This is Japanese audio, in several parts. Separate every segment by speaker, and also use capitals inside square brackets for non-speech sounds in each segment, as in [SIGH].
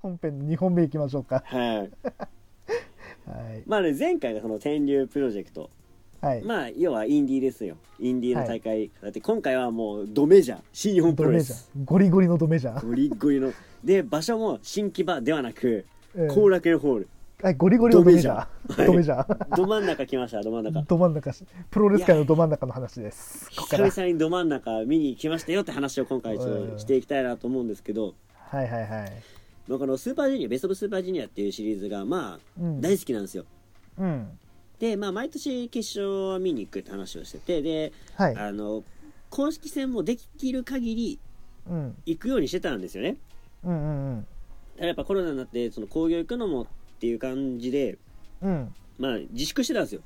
Speaker 1: 本編の2本目いきましょうか
Speaker 2: はい
Speaker 1: はい
Speaker 2: まあね前回のその天竜プロジェクト
Speaker 1: はい、
Speaker 2: まあ要はインディーですよインディーの大会、だって今回はもうドメジャー新日本プ
Speaker 1: ド
Speaker 2: ロレ
Speaker 1: メジャ
Speaker 2: ス
Speaker 1: ーゴリゴリのドメジャー、
Speaker 2: ゴリッゴリので場所も新木場ではなく
Speaker 1: うん
Speaker 2: 後楽園ホール
Speaker 1: はいゴリゴリのドメジャード
Speaker 2: ド
Speaker 1: メ
Speaker 2: メ
Speaker 1: ジャー
Speaker 2: ど真ん中来ましたど真ん
Speaker 1: [LAUGHS]
Speaker 2: 中
Speaker 1: ど真ん中しプロレス界のど真ん中の話ですここか
Speaker 2: 久
Speaker 1: ら
Speaker 2: 々にど真ん中見に来ましたよって話を今回ちょっ
Speaker 1: うん
Speaker 2: としていきたいなと思うんですけど、
Speaker 1: はいはいはい
Speaker 2: まあ、このスーパージュニアベスト・オブ・スーパージュニアっていうシリーズがまあ
Speaker 1: うん
Speaker 2: 大好きなんですよ、
Speaker 1: うん
Speaker 2: でまあ毎年決勝は見に行くって話をしててで、
Speaker 1: はい
Speaker 2: あの公式戦もできる限り
Speaker 1: うん
Speaker 2: 行くようにしてたんですよね
Speaker 1: うんうん
Speaker 2: ただやっぱコロナになってその興行行くのもっていう感じで
Speaker 1: うんうん
Speaker 2: まあ自粛してたんですよ、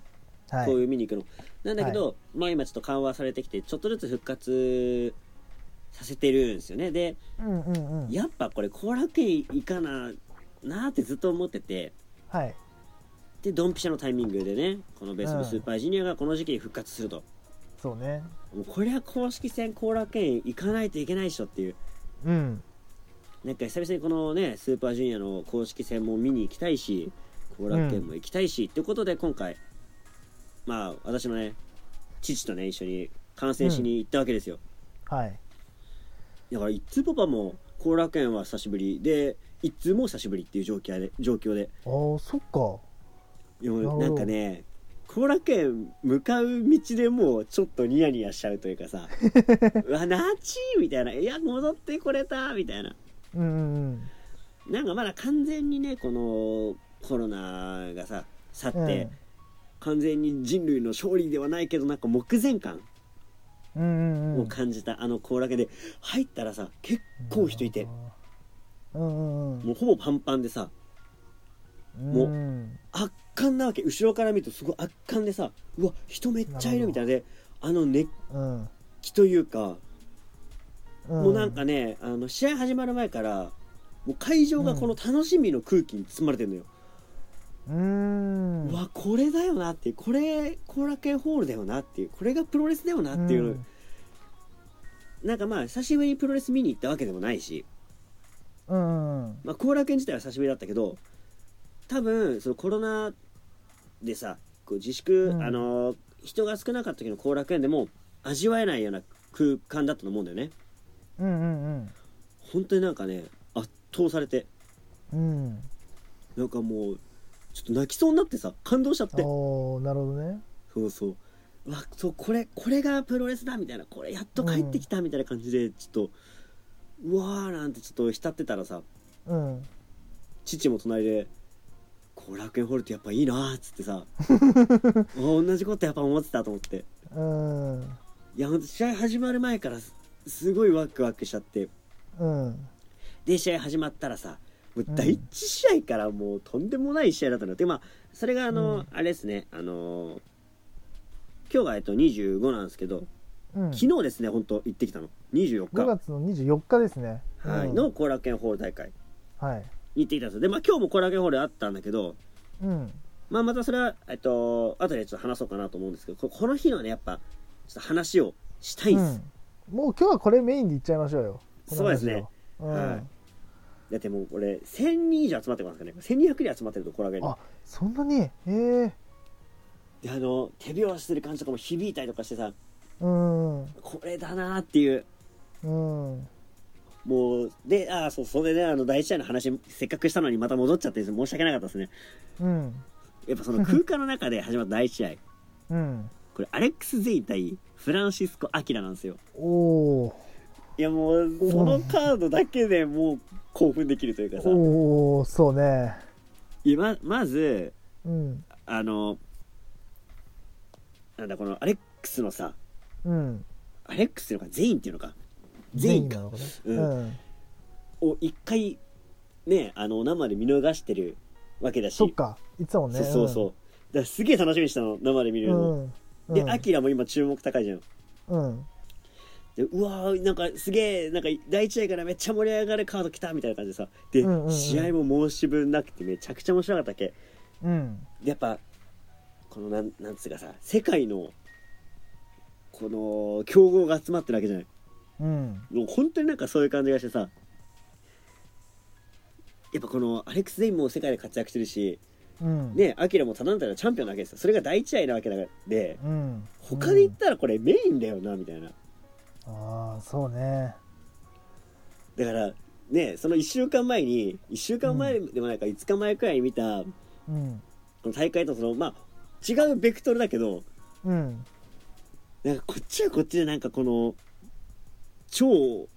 Speaker 1: はい
Speaker 2: こういう見に行くのなんだけど、まあ今ちょっと緩和されてきてちょっとずつ復活させてるんですよねで
Speaker 1: うんうんうん
Speaker 2: やっぱこれ後楽園行かななーってずっと思ってて
Speaker 1: はい
Speaker 2: でドンピシャのタイミングでねこのベース・オブ・スーパージュニアがこの時期に復活すると、
Speaker 1: そうね
Speaker 2: もうこれは公式戦後楽園行かないといけないでしょっていう
Speaker 1: うん
Speaker 2: なんか久々にこのねスーパージュニアの公式戦も見に行きたいし後楽園も行きたいし、ってことで今回まあ私もね父とね一緒に観戦しに行ったわけですよ、
Speaker 1: はい
Speaker 2: だから一通パパも後楽園は久しぶりで一通も久しぶりっていう状況で状況で
Speaker 1: あーそっか
Speaker 2: でも
Speaker 1: なるほど
Speaker 2: なんかね後楽園向かう道でもうちょっとニヤニヤしちゃうという
Speaker 1: [LAUGHS]
Speaker 2: かさ「うわなち!」みたいな「いや戻ってこれた!」みたいな
Speaker 1: うんうんうん
Speaker 2: なんかまだ完全にねこのコロナがさ去って、
Speaker 1: うん
Speaker 2: 完全に人類の勝利ではないけどなんか目前感
Speaker 1: うんうんう
Speaker 2: を
Speaker 1: ん
Speaker 2: 感じた、あの後楽園で入ったらさ結構人いて、
Speaker 1: うんうんうん
Speaker 2: もうほぼパンパンでさ
Speaker 1: うんうん
Speaker 2: 圧巻なわけ後ろから見るとすごい圧巻でさうわ人めっちゃいるみたいなであの熱
Speaker 1: うん
Speaker 2: 気というか
Speaker 1: うん
Speaker 2: もうなんかねあの試合始まる前からもう会場がこの楽しみの空気に包まれてるのよ、
Speaker 1: うーん
Speaker 2: うわこれだよなっていうこれ後楽園ホールだよなっていうこれがプロレスだよなっていうの、なんかまあ久しぶりにプロレス見に行ったわけでもないし
Speaker 1: うんうん
Speaker 2: まあ後楽園自体は久しぶりだったけど多分そのコロナでさこう自粛、
Speaker 1: うん
Speaker 2: あのー人が少なかった時の後楽園でも味わえないような空間だったと思うんだよね
Speaker 1: うんうん
Speaker 2: 本当になんかね圧倒されて
Speaker 1: うんうん
Speaker 2: なんかもうちょっと泣きそうになってさ感動しちゃって
Speaker 1: おーなるほどね
Speaker 2: そうそううわそうこれこれがプロレスだみたいなこれやっと帰ってきたみたいな感じでちょっと、うわーなんてちょっと浸ってたらさ
Speaker 1: うん
Speaker 2: 父も隣で「後楽園ホールってやっぱいいな」っつってさお同じことやっぱ思ってたと思って
Speaker 1: うん
Speaker 2: いやほんと試合始まる前からすすごいワクワクしちゃって
Speaker 1: うん
Speaker 2: で試合始まったらさもう第一試合からもうとんでもない試合だったのよでまあそれがあ
Speaker 1: う
Speaker 2: の、
Speaker 1: ん
Speaker 2: あれですねあのー今日がえっと25なんですけど、
Speaker 1: うん
Speaker 2: 昨日ですね本当行ってきたの24
Speaker 1: 5
Speaker 2: 日、
Speaker 1: 月の24日ですね
Speaker 2: はい、
Speaker 1: うん
Speaker 2: の後楽園ホール大会
Speaker 1: はい
Speaker 2: に行ってきたんですよでまあ今日も後楽園ホールあったんだけど
Speaker 1: うん
Speaker 2: まあまたそれはえっと後でちょっと話そうかなと思うんですけどここの日のねやっぱちょっと話をしたいん
Speaker 1: う
Speaker 2: です、
Speaker 1: んもう今日はこれメインでいっちゃいましょうよこの話を
Speaker 2: そうですね
Speaker 1: うん
Speaker 2: はいだってもうこれ1000人以上集まってますからね1200人集まってると後楽園に
Speaker 1: あそんなにええ
Speaker 2: であの手拍子する感じとかも響いたりとかしてさ
Speaker 1: うん
Speaker 2: これだなっていう
Speaker 1: うん
Speaker 2: もうでああそうそれでねあの第一試合の話せっかくしたのにまた戻っちゃって申し訳なかったですね
Speaker 1: うん
Speaker 2: やっぱその空間の中で始まった第一試合
Speaker 1: うん
Speaker 2: これアレックス・ゼイ対フランシスコ・アキラなんですよ
Speaker 1: おー
Speaker 2: いやもうそのカードだけでもう興奮できるというかさ
Speaker 1: おーそうね
Speaker 2: いやままず
Speaker 1: うん
Speaker 2: あのなんだこのアレックスのさ
Speaker 1: うん
Speaker 2: アレックスっていうのか全員っていうのか全員
Speaker 1: な
Speaker 2: か
Speaker 1: のか
Speaker 2: う
Speaker 1: なんうん
Speaker 2: を一回ねあの生で見逃してるわけだし
Speaker 1: そっか言ってたもんね
Speaker 2: そうそうそうだからすげえ楽しみにしたの生で見
Speaker 1: う
Speaker 2: るの、
Speaker 1: んうん
Speaker 2: でアキラも今注目高いじゃん
Speaker 1: うん
Speaker 2: でうわーなんかすげえなんか第一試合からめっちゃ盛り上がるカード来たみたいな感じでさで、
Speaker 1: うんうんうん
Speaker 2: 試合も申し分なくてめちゃくちゃ面白かったっけ
Speaker 1: うん
Speaker 2: でやっぱこのなんなんつうかさ世界のこの強豪が集まってるわけじゃない
Speaker 1: うん
Speaker 2: もう本当になんかそういう感じがしてさやっぱこのアレックス・デインも世界で活躍してるし
Speaker 1: うん
Speaker 2: ねアキラもただんだらチャンピオンなわけですよそれが第一試合なわけだからで
Speaker 1: うん
Speaker 2: 他に言ったらこれメインだよなみたいな
Speaker 1: ああそうね
Speaker 2: だからねその1週間前に1週間前でもないか5日前くらいに見たこ
Speaker 1: うん
Speaker 2: の大会とそのまあ違うベクトルだけど
Speaker 1: うん
Speaker 2: なんかこっちはこっちでなんかこの超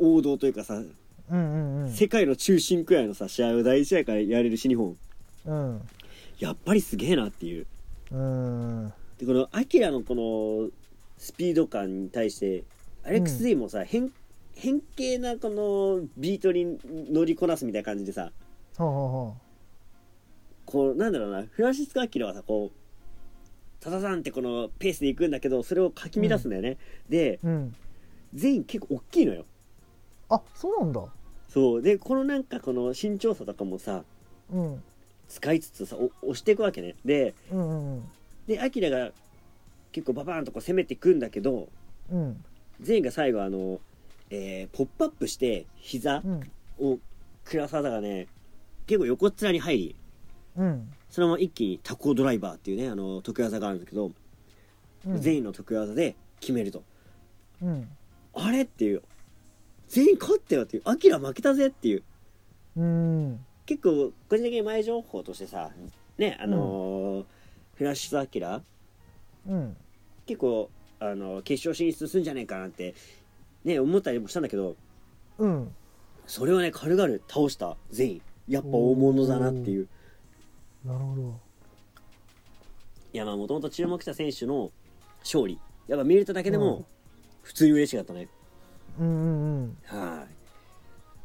Speaker 2: 王道というかさ
Speaker 1: うんうんうん
Speaker 2: 世界の中心くらいのさ試合を第一試合からやれる新日本
Speaker 1: うん
Speaker 2: やっぱりすげえなっていう
Speaker 1: うん
Speaker 2: でこのアキラのこのスピード感に対してアレックス・デイもさ、変変形なこのビートに乗りこなすみたいな感じでさ
Speaker 1: ほうほ
Speaker 2: こうなんだろうなフランシスコ・アキラはさこうタタタンってこのペースで行くんだけどそれをかき乱すんだよね、で
Speaker 1: うほううん
Speaker 2: 全員結構大きいのよ
Speaker 1: あそうなんだ
Speaker 2: そうでこのなんかこの身長差とかもさ
Speaker 1: うん
Speaker 2: 使いつつさお押していくわけねで
Speaker 1: うんうん
Speaker 2: でアキラが結構ババーンとこう攻めていくんだけど
Speaker 1: うん
Speaker 2: 全員が最後あの、えーポップアップして膝
Speaker 1: うん
Speaker 2: を倉沢がね結構横っ面に入り
Speaker 1: うん
Speaker 2: そのまま一気にタコドライバーっていうねあの得意技があるんだけど、
Speaker 1: うん
Speaker 2: 全員の得意技で決めると
Speaker 1: うん
Speaker 2: あれっていう全員勝ったよっていうアキラ負けたぜっていう
Speaker 1: うん
Speaker 2: 結構個人的に前情報としてさねあのーフラッシュとアキラ
Speaker 1: うん
Speaker 2: 結構あの決勝進出するんじゃねえかなってね思ったりもしたんだけど
Speaker 1: うん
Speaker 2: それをね軽々倒した全員やっぱ大物だなっていう
Speaker 1: なるほど
Speaker 2: いやまあもともと注目した選手の勝利やっぱ見れただけで
Speaker 1: うん
Speaker 2: も普通に嬉しかったね、
Speaker 1: うんうんうん
Speaker 2: は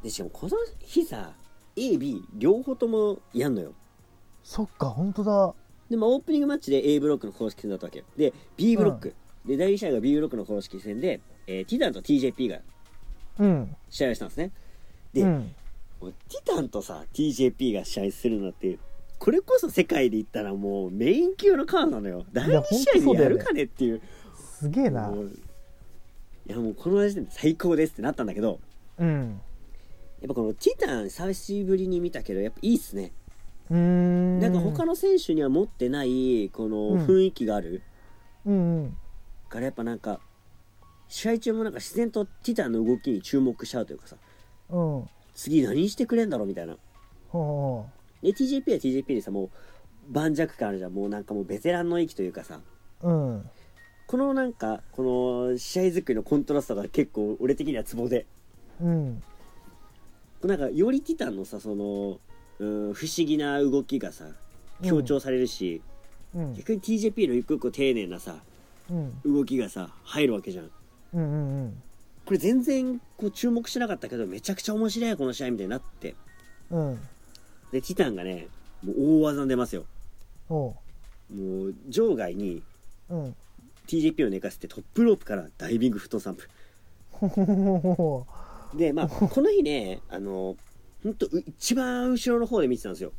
Speaker 2: いでしかもこの日さ AB 両方ともやんのよ
Speaker 1: そっか本当だ
Speaker 2: でまあオープニングマッチで A ブロックの公式戦だったわけよで B ブロック、で第2試合が B ブロックの公式戦で、えーティタンと TJP が
Speaker 1: うん
Speaker 2: 試合をしたんですねで
Speaker 1: うん
Speaker 2: もうティタンとさ TJP が試合するのってこれこそ世界で言ったらもうメイン級のカードなのよ第2
Speaker 1: ほん
Speaker 2: 試
Speaker 1: と
Speaker 2: 合で
Speaker 1: そうだ
Speaker 2: や
Speaker 1: よね
Speaker 2: るかねっていう
Speaker 1: すげえな
Speaker 2: もういやもうこの時点で最高ですってなったんだけど
Speaker 1: うん
Speaker 2: やっぱこのティタン久しぶりに見たけどやっぱいいっすね
Speaker 1: うーん
Speaker 2: なんか他の選手には持ってないこ
Speaker 1: うん
Speaker 2: の雰囲気がある、
Speaker 1: うんうん
Speaker 2: からやっぱなんか試合中もなんか自然とティタンの動きに注目しちゃうというかさ
Speaker 1: うんほう
Speaker 2: 次何してくれんだろうみたいな
Speaker 1: ほ
Speaker 2: で TJP は TJP でさもう盤石感あるじゃんもうなんかもうベテランの域というかさ
Speaker 1: ううん
Speaker 2: このなんかこの試合作りのコントラストが結構俺的にはツボで
Speaker 1: うん
Speaker 2: なんかよりティタンのさそのうん不思議な動きがさ強調されるし、
Speaker 1: うん
Speaker 2: 逆に TJP の一個一個丁寧なさ
Speaker 1: うん
Speaker 2: 動きがさ入るわけじゃん
Speaker 1: うんうん
Speaker 2: これ全然こう注目してなかったけどめちゃくちゃ面白いこの試合みたいになって
Speaker 1: うんうん
Speaker 2: でティタンがねもう大技に出ますよ
Speaker 1: ほ
Speaker 2: もう場外に
Speaker 1: ううん
Speaker 2: TJP を寝かせてトップロープからダイビングフットサンプ
Speaker 1: ほほほほほ [LAUGHS]
Speaker 2: でまあこの日ねあのほんとう一番後ろの方で見てたんですよ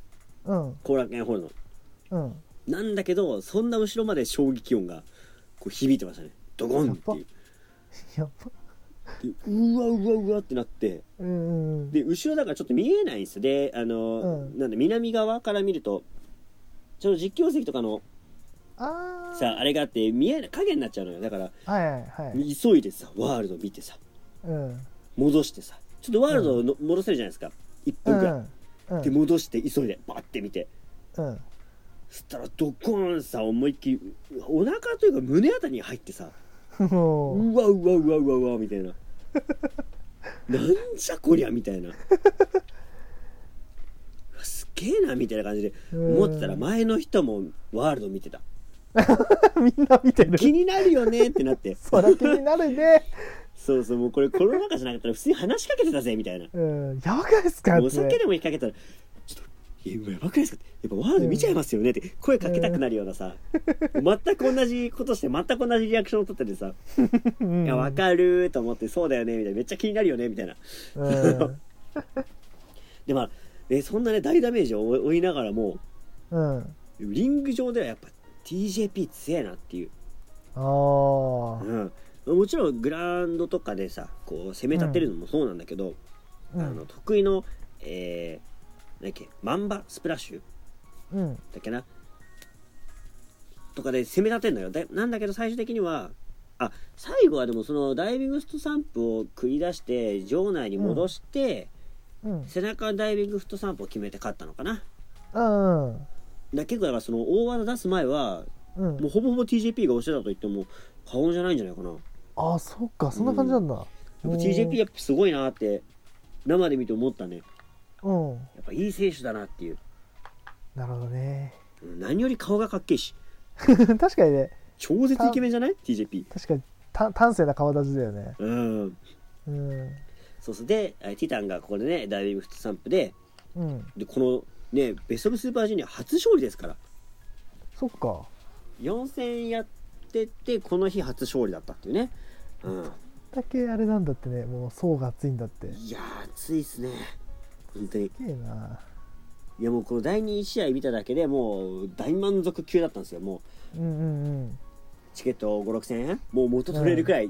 Speaker 1: うん
Speaker 2: 後楽園ホールの
Speaker 1: うん
Speaker 2: なんだけどそんな後ろまで衝撃音がこう響いてましたねドゴンっていう
Speaker 1: やっぱ
Speaker 2: でうわうわうわってなって
Speaker 1: うんうん
Speaker 2: で後ろだからちょっと見えないんですよであの、
Speaker 1: うん
Speaker 2: なんで南側から見るとちょっと実況席とかの
Speaker 1: ああ
Speaker 2: さあれがあって見えない影になっちゃうのよだから
Speaker 1: はいはいはい
Speaker 2: 急いでさワールド見てさ
Speaker 1: うん
Speaker 2: 戻してさちょっとワールドをの、戻せるじゃないですか1
Speaker 1: う
Speaker 2: 分くらい、
Speaker 1: んうん
Speaker 2: で戻して急いでバッて見て
Speaker 1: うん
Speaker 2: そしたらドコーンさ思いっきりお腹というか胸あたりに入ってさ
Speaker 1: ほう
Speaker 2: うわうわうわうわうわみたい
Speaker 1: [LAUGHS]
Speaker 2: ななんじゃこりゃみたいなうわすげえなみたいな感じで思ってたら
Speaker 1: うん
Speaker 2: 前の人もワールド見てた
Speaker 1: みんな見てる
Speaker 2: 気になるよねってなって
Speaker 1: [LAUGHS] そら気になるね
Speaker 2: そうそうもうこれコロナ禍じゃなかったら普通に話しかけてたぜみたいな
Speaker 1: うんやばくないですか
Speaker 2: お
Speaker 1: っ
Speaker 2: 酒
Speaker 1: て
Speaker 2: でも引っ掛けたら「ちょっといややばくないですか?」やっぱワールド見ちゃいますよね」って声かけたくなるようなさ、全く同じことして全く同じリアクションを取っててさ「
Speaker 1: うん
Speaker 2: いやわかる」と思って「そうだよね」みたいな「めっちゃ気になるよね」みたいな
Speaker 1: うん
Speaker 2: でまあえそんなね大ダメージを負負いながらも
Speaker 1: うん
Speaker 2: リング上ではやっぱ TJP 強えなっていう、
Speaker 1: ああ
Speaker 2: うん、もちろんグラウンドとかでさこう攻め立てるのもそうなんだけど、
Speaker 1: う
Speaker 2: あ
Speaker 1: ん
Speaker 2: の得意の、えーだっけマンバスプラッシュ
Speaker 1: うん
Speaker 2: だっけなとかで攻め立てるのよでなんだけど最終的にはあ最後はでもそのダイビングストサンプを繰り出して場内に戻して、
Speaker 1: うん
Speaker 2: 背中ダイビングフットサンプを決めて勝ったのかな
Speaker 1: うんうん
Speaker 2: だ結構だからその大技出す前は
Speaker 1: うん
Speaker 2: もうほぼほぼ TJP が押してたと言っても過言じゃないんじゃないかなやっ
Speaker 1: あそっかそんな感じなんだ
Speaker 2: ぱ TJP やっぱすごいなって生で見て思ったね
Speaker 1: うんうん
Speaker 2: やっぱいい選手だなっていう
Speaker 1: なるほどね
Speaker 2: うん何より顔がかっけえし
Speaker 1: [LAUGHS] 確かにね
Speaker 2: 超絶イケメンじゃない ?TJP
Speaker 1: 確かにた端正な顔立ちだよね
Speaker 2: うん
Speaker 1: うん
Speaker 2: そうそうでえティタンがここでねダイビングフットサンプで
Speaker 1: うん
Speaker 2: でこのねベスト・オブ・スーパージュニア初勝利ですから
Speaker 1: そっか
Speaker 2: 4戦やっててこの日初勝利だったっていうねうん
Speaker 1: だけあれなんだってねもう層が厚いんだって
Speaker 2: いやー熱いっすね本当に
Speaker 1: すげえない
Speaker 2: やもうこの第2試合見ただけでもう大満足級だったんですよもう
Speaker 1: うんうんうん
Speaker 2: チケット56000円もう元取れるくらい、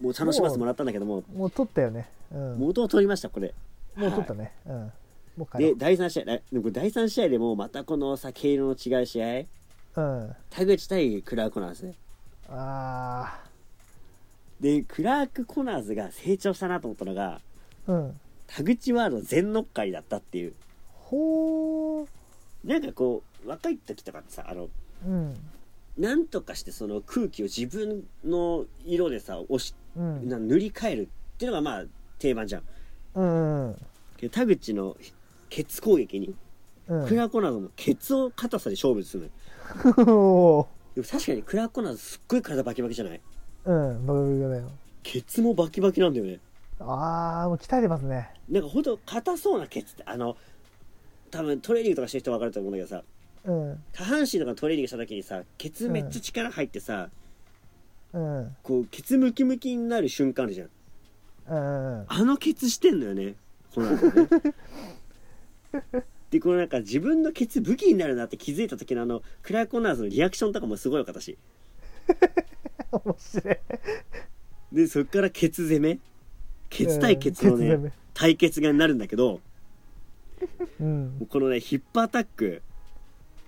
Speaker 2: もう楽しませてもらったんだけども
Speaker 1: もう取ったよね。うん。も
Speaker 2: 元を取りましたこれ
Speaker 1: う取ったね。うん。もう帰ろ
Speaker 2: で第3試合だでもこれ第3試合でもうまたこのさ毛色の違う試合
Speaker 1: う。うん。
Speaker 2: 田口対クラーク・コナーズね
Speaker 1: あ
Speaker 2: でクラーク・コナーズが成長したなと思ったのが
Speaker 1: ー。うん。
Speaker 2: 田口ワード全乗っかりだったっていう
Speaker 1: ほー。
Speaker 2: なんかこう若い時とかってさあの
Speaker 1: うん。
Speaker 2: なんとかしてその空気を自分の色でさ押し
Speaker 1: うん。
Speaker 2: な塗り替えるっていうのがまあ定番じゃん
Speaker 1: うん。うん。
Speaker 2: けど田口のケツ攻撃に
Speaker 1: うん。
Speaker 2: クラーコナーズもケツを硬さで勝負する
Speaker 1: [LAUGHS]
Speaker 2: のよ
Speaker 1: お
Speaker 2: でも確かにクラーコナーズすっごい体バキバキじゃない
Speaker 1: ーうん。バカバカだよ。
Speaker 2: ケツもバキバキなんだよね
Speaker 1: あー、もう鍛えてますね。
Speaker 2: なんかほんと硬そうなケツってあの多分トレーニングとかしてる人分かると思うんだけどさ
Speaker 1: うん。
Speaker 2: 下半身とかのトレーニングした時にさケツめっちゃ力入ってさ、
Speaker 1: うん。うん
Speaker 2: こうケツムキムキになる瞬間あるじゃん
Speaker 1: うん。うん
Speaker 2: あのケツしてんのよねこの後ねでこのなんか自分のケツ武器になるなって気づいた時のあのクラーコナーズのリアクションとかもすごい良かったし
Speaker 1: 面白い。
Speaker 2: でそっからケツ攻めケツ対ケツのね、
Speaker 1: うんケ
Speaker 2: 対決がになるんだけど
Speaker 1: ツ攻めうん。
Speaker 2: このねヒップアタック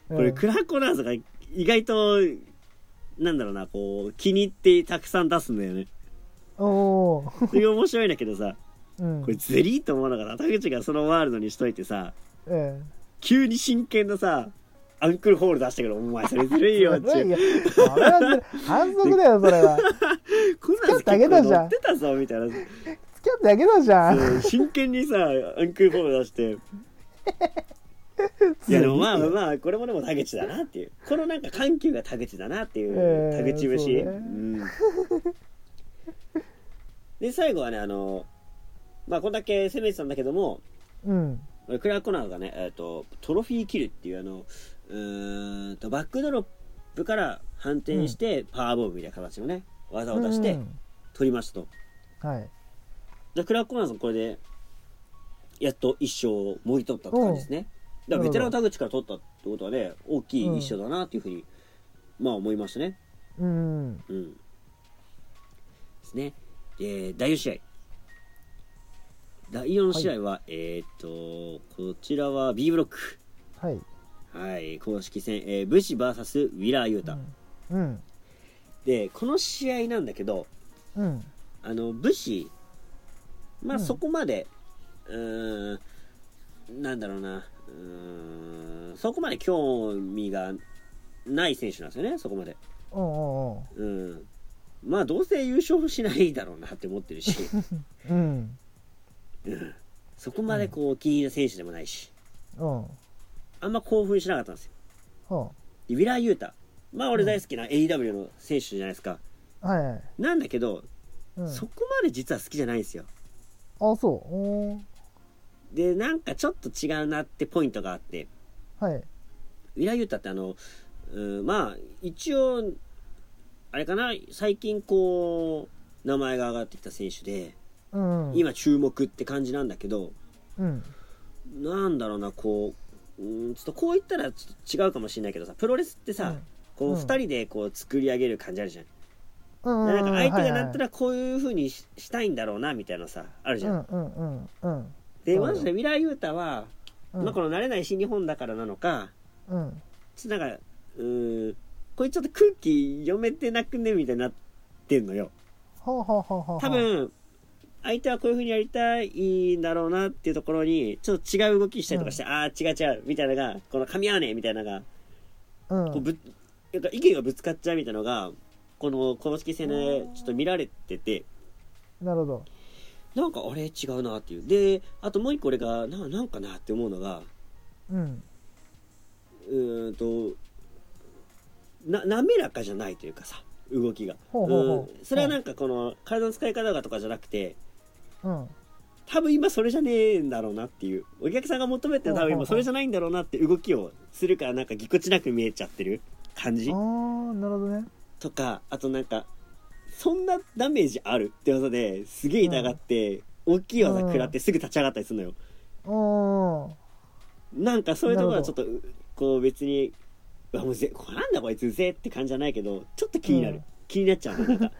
Speaker 1: こ
Speaker 2: これクラーコナーズが意外となんだろうなこう気に入ってたくさん出すんだよね
Speaker 1: おー。
Speaker 2: それが面白いんだけどさ
Speaker 1: うん
Speaker 2: これ。ゼリーと思わなかった田口がそのワールドにしといてさ
Speaker 1: うん。
Speaker 2: 急に真剣なさアンクルホール出したけどお前それずるいよっ
Speaker 1: すご [LAUGHS]
Speaker 2: ちゅ
Speaker 1: いうよ。それはずるい反則だよ、それは。
Speaker 2: [LAUGHS] こんなの
Speaker 1: 作ってあげたじゃん
Speaker 2: 乗ってたぞみたいな
Speaker 1: 付き合ってあげたじゃん。
Speaker 2: そう真剣にさアンクルホール出して
Speaker 1: [LAUGHS]
Speaker 2: いやでもまあまあこれもでも田口だなっていうこのなんか緩急が田口だなっていう、
Speaker 1: えー
Speaker 2: 田口節
Speaker 1: そう
Speaker 2: う,、
Speaker 1: ね
Speaker 2: んで最後はねあのまあこんだけ攻めてたんだけども
Speaker 1: うん。
Speaker 2: クラークコナーがね、えー、とトロフィーキルっていうあのうーんとバックドロップから反転して、パワーボムみたいな形のね技を出して
Speaker 1: うん
Speaker 2: 取りましたと、
Speaker 1: はい。
Speaker 2: でクラークコナーさんこれでやっと一勝をもぎ取ったって感じですねだからベテランの田口から取ったってことはね大きい一勝だなっていうふうに、まあ思いましたね
Speaker 1: うん。
Speaker 2: うんですねで第4試合第4試合は、えっ、とこちらは B ブロック
Speaker 1: はい。
Speaker 2: はい、公式戦、えー武士 VS ウィラー・ユータ、
Speaker 1: うん。
Speaker 2: でこの試合なんだけど
Speaker 1: うん。
Speaker 2: あの武士まあ
Speaker 1: うん
Speaker 2: そこまで、うーんなんだろうなうーんそこまで興味がない選手なんですよねそこまで
Speaker 1: おうんうん
Speaker 2: うんまあどうせ優勝しないだろうなって思って
Speaker 1: [LAUGHS]
Speaker 2: るし
Speaker 1: うん
Speaker 2: そこまでこうお気に入りの選手でもないし
Speaker 1: うん
Speaker 2: あんま興奮しなかったんですよ
Speaker 1: は
Speaker 2: でウィラー・ユータまあ俺大好きな AEW の選手じゃないですか、
Speaker 1: あはいはい
Speaker 2: なんだけど
Speaker 1: うん
Speaker 2: そこまで実は好きじゃないんですよ。
Speaker 1: あそうお
Speaker 2: で、なんかちょっと違うなってポイントがあって、
Speaker 1: ーはい
Speaker 2: ウィラユータってあの、うん、まあ、一応、あれかな、最近こう、名前が上がってきた選手で、
Speaker 1: うん
Speaker 2: 今注目って感じなんだけど、
Speaker 1: うん
Speaker 2: なんだろうな、こう、うん、ちょっとこう言ったらちょっと違うかもしれないけどさ、プロレスってさ、こ
Speaker 1: う
Speaker 2: うん2人でこう作り上げる感じあるじゃん。
Speaker 1: うん
Speaker 2: なんか相手がなんと
Speaker 1: な
Speaker 2: なくこういう風にししたいんだろうなみたいなさ、あるじゃん。
Speaker 1: うんうんうんうん
Speaker 2: で、
Speaker 1: うん
Speaker 2: マジでウィラユータは、
Speaker 1: うん
Speaker 2: まあ、この慣れない新日本だからなのか
Speaker 1: うん
Speaker 2: ちょっとなんかうーんこれちょっと空気読めてなくねみたいになってんのよ
Speaker 1: はあはあはあはあはあ
Speaker 2: 多分相手はこういう風にやりたいんだろうなっていうところにちょっと違う動きしたりとかして、ああ違う違うみたいなのがこの噛み合わねえみたいなのが
Speaker 1: うん
Speaker 2: こうぶなんか意見がぶつかっちゃうみたいなのがこの公式戦でちょっと見られてて
Speaker 1: なるほど
Speaker 2: なんかあれ違うなっていうであともう一個俺がななんかなって思うのが
Speaker 1: うん
Speaker 2: うーんとな滑らかじゃないというかさ動きが
Speaker 1: ほうほうほう
Speaker 2: うんそれはなんかこの体の使い方がとかじゃなくて
Speaker 1: うん
Speaker 2: 多分今それじゃねえんだろうなっていうお客さんが求めてる多分今それじゃないんだろうなって動きをするからなんかぎこちなく見えちゃってる感じ
Speaker 1: ああなるほどね
Speaker 2: とかあとなんかそんなダメージあるって技ですげえ痛がって、大きい技食らってすぐ立ち上がったりするのよ、
Speaker 1: うん
Speaker 2: なんかそういうところは
Speaker 1: な
Speaker 2: ちょ
Speaker 1: る
Speaker 2: っとこう別にうわもうぜこなんだこいつうぜって感じじゃないけどちょっと気になる、
Speaker 1: うん
Speaker 2: 気になっちゃうのな
Speaker 1: [LAUGHS]
Speaker 2: んか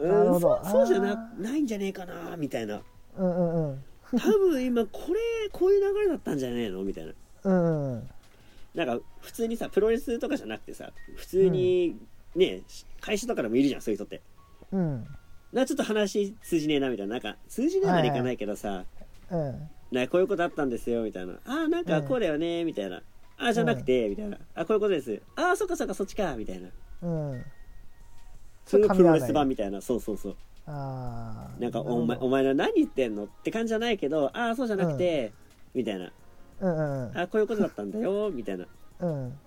Speaker 2: う
Speaker 1: なる
Speaker 2: ん
Speaker 1: ほ
Speaker 2: そ
Speaker 1: ど
Speaker 2: うそうじゃ
Speaker 1: あ
Speaker 2: なないんじゃねえかなみたいな
Speaker 1: うんうんうん
Speaker 2: 多分今これこういう流れだったんじゃねえのみたいな
Speaker 1: うんうん
Speaker 2: なんか普通にさプロレスとかじゃなくてさ普通にね、会社とかでもいるじゃんそういう人って
Speaker 1: うん
Speaker 2: なんかちょっと話通じねえなみたいななんか通じねえまでいかないけどさ、
Speaker 1: うん
Speaker 2: なんかこういうことあったんですよみたいな「あーなんかこうだよね」みたいな「あーじゃなくて」みたいな「あこういうことです」「あーそっかそっかそっちか」みたいな
Speaker 1: うん
Speaker 2: それ
Speaker 1: ちょ
Speaker 2: が
Speaker 1: っと噛
Speaker 2: プ
Speaker 1: み合わ
Speaker 2: ロレ
Speaker 1: ない
Speaker 2: ス版みたいなそうそうそう
Speaker 1: ああ
Speaker 2: なんかお前「お前ら何言ってんの?」って感じじゃないけど「あーそうじゃなくて」みたいな
Speaker 1: うんうん
Speaker 2: 「あーこういうことだったんだよ」みたいな
Speaker 1: うん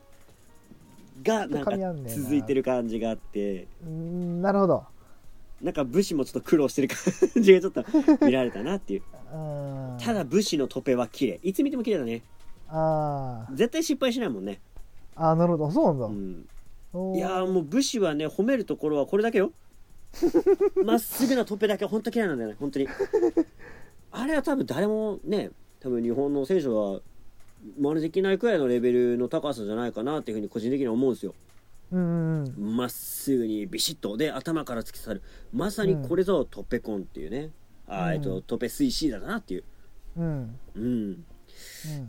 Speaker 2: がなんか
Speaker 1: 噛み合うんだよな
Speaker 2: 続いてる感じがあって
Speaker 1: うんなるほど
Speaker 2: なんか武士もちょっと苦労してる感じがちょっと見られたなっていう
Speaker 1: [LAUGHS] うん
Speaker 2: ただ武士のトペは綺麗いつ見ても綺麗だね
Speaker 1: あー
Speaker 2: 絶対失敗しないもんね
Speaker 1: あーなるほどそうな
Speaker 2: うん
Speaker 1: だ、
Speaker 2: ん
Speaker 1: おー
Speaker 2: いやーもう武士はね褒めるところはこれだ
Speaker 1: [LAUGHS]
Speaker 2: けよまっすぐなトッペだけ本当嫌いなんだよね
Speaker 1: [LAUGHS]
Speaker 2: 本当にあれは多分誰もね多分日本の選手は真似できないくらいのレベルの高さじゃないかなっていうふうに個人的には思うんですよ
Speaker 1: うんうん
Speaker 2: まっすぐにビシッとで頭から突き刺さるまさにこれぞトッペコンっていうね、
Speaker 1: うん
Speaker 2: あーえっとトッペ推進だなっていう
Speaker 1: うんうん
Speaker 2: うん
Speaker 1: うん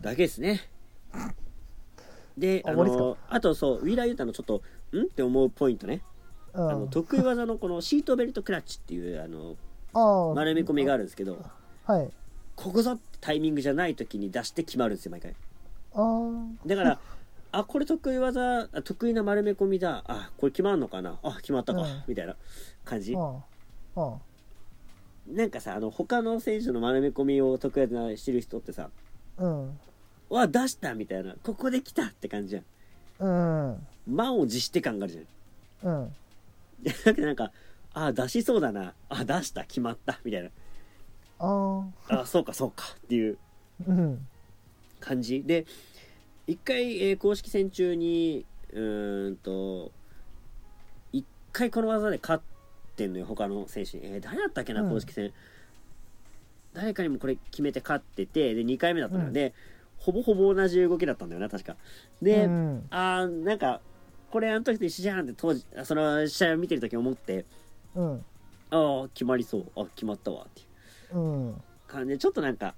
Speaker 2: だけですねで
Speaker 1: あ
Speaker 2: あ
Speaker 1: 終わりっすか
Speaker 2: のあとそうウィーラー・ユータのちょっとんって思うポイントね
Speaker 1: うん
Speaker 2: あの得意技のこのシートベルトクラッチっていうあの
Speaker 1: あー
Speaker 2: 丸め込みがあるんですけど
Speaker 1: はい
Speaker 2: ここぞってタイミングじゃない時に出して決まるんですよ毎回
Speaker 1: あー
Speaker 2: だからあこれ得意技あ得意な丸め込みだあこれ決まんのかなあ決まったか、
Speaker 1: うん
Speaker 2: みたいな感じ
Speaker 1: あーあ
Speaker 2: なんかさあの他の選手の丸め込みを得意なしてる人ってさ
Speaker 1: ーうん
Speaker 2: わ出したみたいなここで来たって感じじゃん
Speaker 1: うんうん
Speaker 2: 満を持して感があるじゃん
Speaker 1: うん
Speaker 2: じゃなくてなん [LAUGHS] かあ出しそうだなあ出した決まったみたいな
Speaker 1: あー
Speaker 2: あそうかそうかっていう
Speaker 1: うん
Speaker 2: 感じで一回、えー公式戦中にうーんと一回この技で勝ってんのよ他の選手に、えー誰だったっけな
Speaker 1: うん
Speaker 2: 公式戦、誰かにもこれ決めて勝っててで2回目だったのよ、
Speaker 1: うん
Speaker 2: でほぼほぼ同じ動きだったんだよな確かで、
Speaker 1: うん
Speaker 2: あーなんかこれあの時と一緒じゃんって当時あその試合を見てる時思って
Speaker 1: うん
Speaker 2: ああ決まりそうあ決まったわっていう
Speaker 1: うん
Speaker 2: 感じでちょっとなんか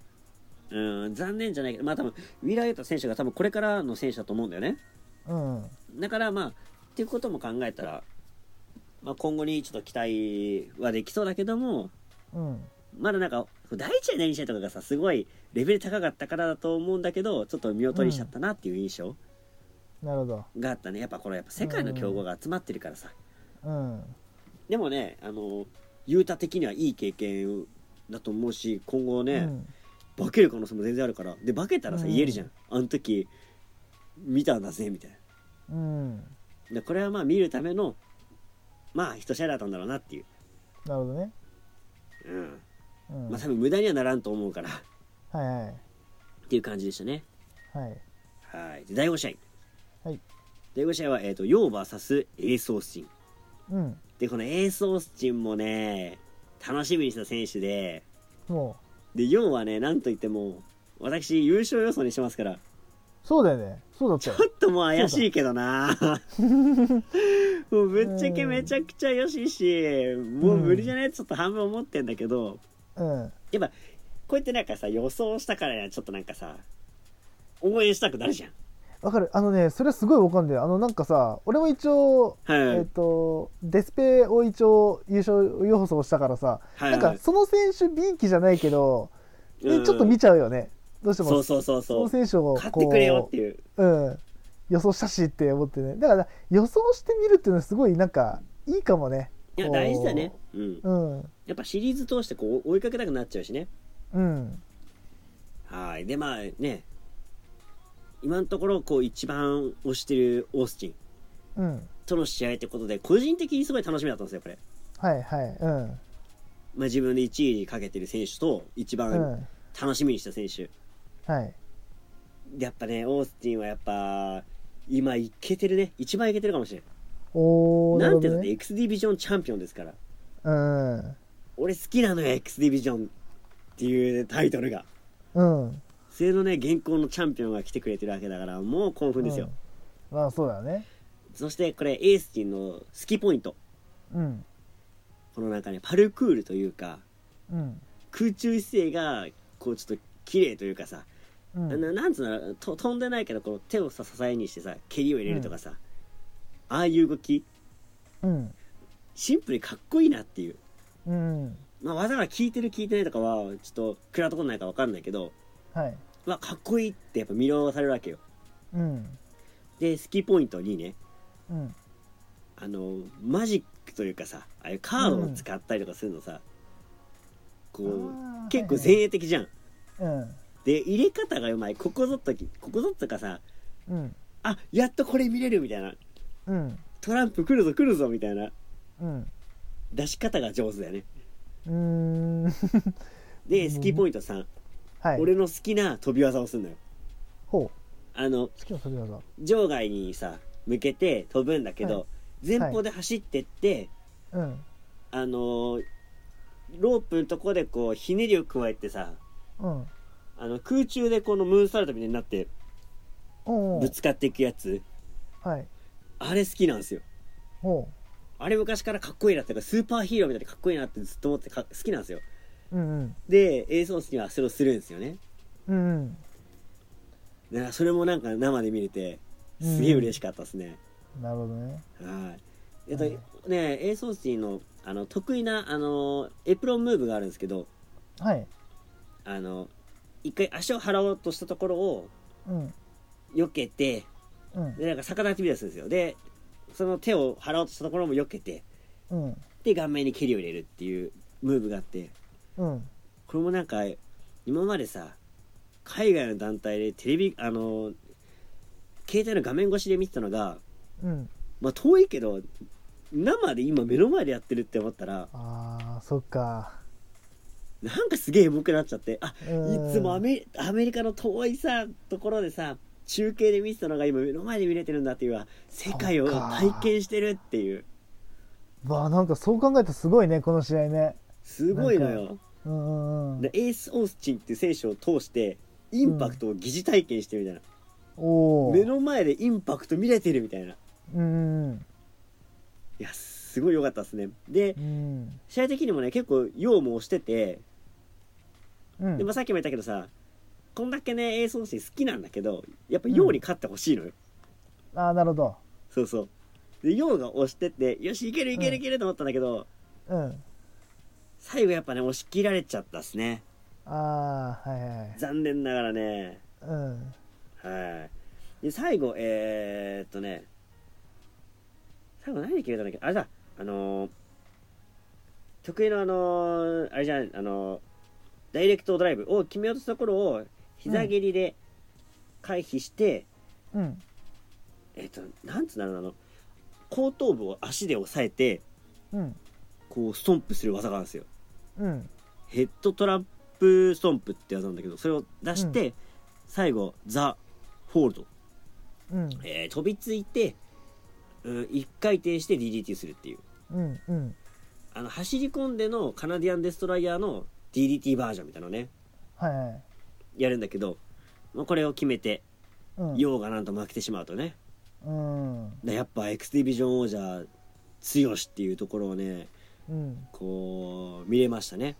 Speaker 2: うん残念じゃないけどまあ多分ウィラー・ユータ選手が多分これからの選手だと思うんだよね
Speaker 1: うん
Speaker 2: だからまあっていうことも考えたら、まあ、今後にちょっと期待はできそうだけども
Speaker 1: うん
Speaker 2: まだなんか第一試合第二試合とかがさすごいレベル高かったからだと思うんだけどちょっと見劣りしちゃったなっていう印象
Speaker 1: なるほど
Speaker 2: があったねやっぱこれやっぱ世界の強豪が集まってるからさ、
Speaker 1: うん
Speaker 2: でもねあのユータ的にはいい経験だと思うし今後ね、
Speaker 1: うん
Speaker 2: 化ける可能性も全然あるからで化けたらさ
Speaker 1: うん
Speaker 2: 言えるじゃん、あの時見たんだぜみたいな
Speaker 1: うん
Speaker 2: でこれはまあ見るためのまあ一試合だったんだろうなっていう、
Speaker 1: なるほどね
Speaker 2: うん、
Speaker 1: うんは
Speaker 2: まあ
Speaker 1: い
Speaker 2: 多分無駄にはならんと思うから [LAUGHS] っ
Speaker 1: は
Speaker 2: ていう感じでしたね
Speaker 1: いはい
Speaker 2: はいで第5試合
Speaker 1: はい
Speaker 2: 第5試合は、えー、とヨーバーサスエース・オースチン
Speaker 1: うん
Speaker 2: でこのエース・オースチンもね楽しみにした選手で
Speaker 1: も
Speaker 2: でヨーはねなんといっても私優勝予想にしてますから
Speaker 1: うそうだよねそうだったよ
Speaker 2: ちょっともう怪しいけど
Speaker 1: [LAUGHS]
Speaker 2: なもうぶっちゃけめちゃくちゃよししもう無理じゃないちょっと半分思ってんだけど
Speaker 1: うん
Speaker 2: やっぱこうやってなんかさ予想したからにはちょっとなんかさ応援したくなるじゃん。
Speaker 1: わかるあのねそれすごいわかんないあのなんかさ俺も一応
Speaker 2: はいはい
Speaker 1: えっ、とデスペを一応優勝予想したからさ、
Speaker 2: はい
Speaker 1: なんかその選手 B 期じゃないけど、ねちょっと見
Speaker 2: て
Speaker 1: ちゃうよねどうしても
Speaker 2: そうそうそうそう。
Speaker 1: その選手を
Speaker 2: 買ってくれよっていう。
Speaker 1: うん、予想したしって思ってねだから予想してみるっていうのはすごいなんかいいかもね
Speaker 2: いや、
Speaker 1: こう
Speaker 2: 大事だね。うん。
Speaker 1: うん
Speaker 2: やっぱシリーズ通してこう追いかけたくなっちゃうしね。
Speaker 1: うん
Speaker 2: はい。で、まあね、今のところ、こう、一番推してるオースチン
Speaker 1: うん
Speaker 2: との試合ってことで、個人的にすごい楽しみだったんですよ、これ。
Speaker 1: はいはいうん
Speaker 2: まあ、自分で1位にかけてる選手と、一
Speaker 1: う
Speaker 2: 番
Speaker 1: ん
Speaker 2: 楽しみにした選手。
Speaker 1: はい
Speaker 2: やっぱね、オースティンはやっぱ、今いけてるね。一番いけてるかもしれん。
Speaker 1: おおな
Speaker 2: な
Speaker 1: る
Speaker 2: ん
Speaker 1: ほ
Speaker 2: ていう
Speaker 1: ど
Speaker 2: のね、
Speaker 1: ね
Speaker 2: X ディビジョンチャンピオンですから。
Speaker 1: うん
Speaker 2: 俺好きなのよ、X ディビジョンっていうタイトルが。
Speaker 1: うん
Speaker 2: それのね、現行のチャンピオンが来てくれてるわけだから、もう興奮ですよ。
Speaker 1: うんまあそうだね
Speaker 2: そしてこれ、エースティンの好きポイント。
Speaker 1: うん
Speaker 2: このなんかね、パルクールというか、
Speaker 1: うん
Speaker 2: 空中姿勢が、こうちょっと綺麗というかさ、
Speaker 1: うん
Speaker 2: ななんつうのと飛んでないけど、この手をさ支えにしてさ、蹴りを入れるとかさ、ああいう動き、
Speaker 1: うん
Speaker 2: シンプルにかっこいいなっていう。
Speaker 1: うん
Speaker 2: まあ、技が効いてる効いてないとかは、ちょっと、食らうとこないかわかんないけど、
Speaker 1: はい
Speaker 2: まあ、かっこいいってやっぱ魅了されるわけよ。
Speaker 1: うん
Speaker 2: で、スキーポイントにね、
Speaker 1: うん
Speaker 2: あの、マジックというかさ、ああいうカードを使ったりとかするのさ、こ
Speaker 1: あー
Speaker 2: う、結構
Speaker 1: はいはい
Speaker 2: 前衛的じゃん。
Speaker 1: うん
Speaker 2: で、入れ方がうまい。ここぞとき、ここぞとかさ、
Speaker 1: うん
Speaker 2: あ、やっとこれ見れるみたいな。
Speaker 1: うん
Speaker 2: トランプ来るぞ来るぞみたいな。
Speaker 1: うん
Speaker 2: 出し方が上手だよね。
Speaker 1: うーん
Speaker 2: で、スキーポイント3。
Speaker 1: はい
Speaker 2: 俺の好きな飛び技をするのよ。
Speaker 1: ほ
Speaker 2: あの、
Speaker 1: う好きな飛び技
Speaker 2: 場外にさ向けて飛ぶんだけど、前方で走ってって、
Speaker 1: うん
Speaker 2: あのーロープのとこでこうひねりを加えてさ
Speaker 1: うん
Speaker 2: あの空中でこのムーンサルトみたいになって
Speaker 1: おうお
Speaker 2: ぶつかっていくやつ
Speaker 1: うはい
Speaker 2: あれ好きなんですよ
Speaker 1: ほ
Speaker 2: あれ昔からかっこいいなっていうかスーパーヒーローみたいでかっこいいなってずっと思ってか好きなんですよ
Speaker 1: ううんうん
Speaker 2: でエーソースにはそれをするんですよね
Speaker 1: うんうん
Speaker 2: だからそれもなんか生で見れてすげえ嬉しかったですね、
Speaker 1: なるほどね。
Speaker 2: はいえっと
Speaker 1: はい
Speaker 2: ねエーソースのあの得意なあのエプロンムーブがあるんですけど
Speaker 1: はい。
Speaker 2: あの一回足を払おうとしたところを
Speaker 1: うん。
Speaker 2: 避けて
Speaker 1: うん。
Speaker 2: でなんか逆立ちみたいするんですよでその手を払おうとしたところも避けて
Speaker 1: うん。
Speaker 2: で顔面に蹴りを入れるっていうムーブがあって
Speaker 1: うん。
Speaker 2: これもなんか今までさ海外の団体でテレビあの携帯の画面越しで見てたのが、
Speaker 1: うん。
Speaker 2: まあ、遠いけど生で今目の前でやってるって思ったら
Speaker 1: ああ、そっか。
Speaker 2: なんかすげえエモくなっちゃってあ
Speaker 1: うん
Speaker 2: いつもアメアメリカの遠いさところでさ中継で見てたのが今目の前で見れてるんだっていうわ世界を
Speaker 1: そっか
Speaker 2: 体験してるっていう
Speaker 1: わあ、なんかそう考えたらすごいね、この試合ね。
Speaker 2: すごいのよ
Speaker 1: うんうんうん
Speaker 2: で。エース・オースチンっていう選手を通してインパクトを疑似体験してるみたいな、
Speaker 1: おお。
Speaker 2: 目の前でインパクト見れてるみたいない
Speaker 1: うんうん
Speaker 2: やすごい良かったですねで
Speaker 1: うん。
Speaker 2: 試合的にもね結構用も押してて
Speaker 1: うん。
Speaker 2: でもさっきも言ったけどさこんだけねエース・オースチン好きなんだけどやっぱ用に勝ってほしいのよ、
Speaker 1: ああ、なるほど。
Speaker 2: そうそう。で、ヨウが押してって、よし、いけるいけるいけると思ったんだけど、
Speaker 1: うん。
Speaker 2: 最後やっぱね、押し切られちゃったっすね。
Speaker 1: ああ、はいはいはい。
Speaker 2: 残念ながらね。
Speaker 1: うん。
Speaker 2: はい。で、最後、えー、っとね、最後何で決めたんだっけあれだ、あのー得意のあのーあれじゃん、あのーダイレクトドライブを決めようとしたところを、膝蹴りで回避して、
Speaker 1: うん。
Speaker 2: えー、っと、なんつうんだろうな、あの、後頭部を足で押さえて、
Speaker 1: うん。
Speaker 2: こう、ストンプする技があるんですよ。
Speaker 1: うん。
Speaker 2: ヘッドトラップストンプってやつなんだけどそれを出して、最後ザ・ホールド、
Speaker 1: うん。
Speaker 2: えー飛びついて、うん、1回転して DDT するっていう
Speaker 1: うん。うん。
Speaker 2: あの走り込んでのカナディアンデストライヤーの DDT バージョンみたいなのね
Speaker 1: はいはい。
Speaker 2: やるんだけど、まあ、これを決めて
Speaker 1: うん。
Speaker 2: ヨウがなんと負けてしまうとね
Speaker 1: うん。
Speaker 2: でやっぱ X ディビジョン王者強しっていうところをね
Speaker 1: うん。
Speaker 2: こう見れましたね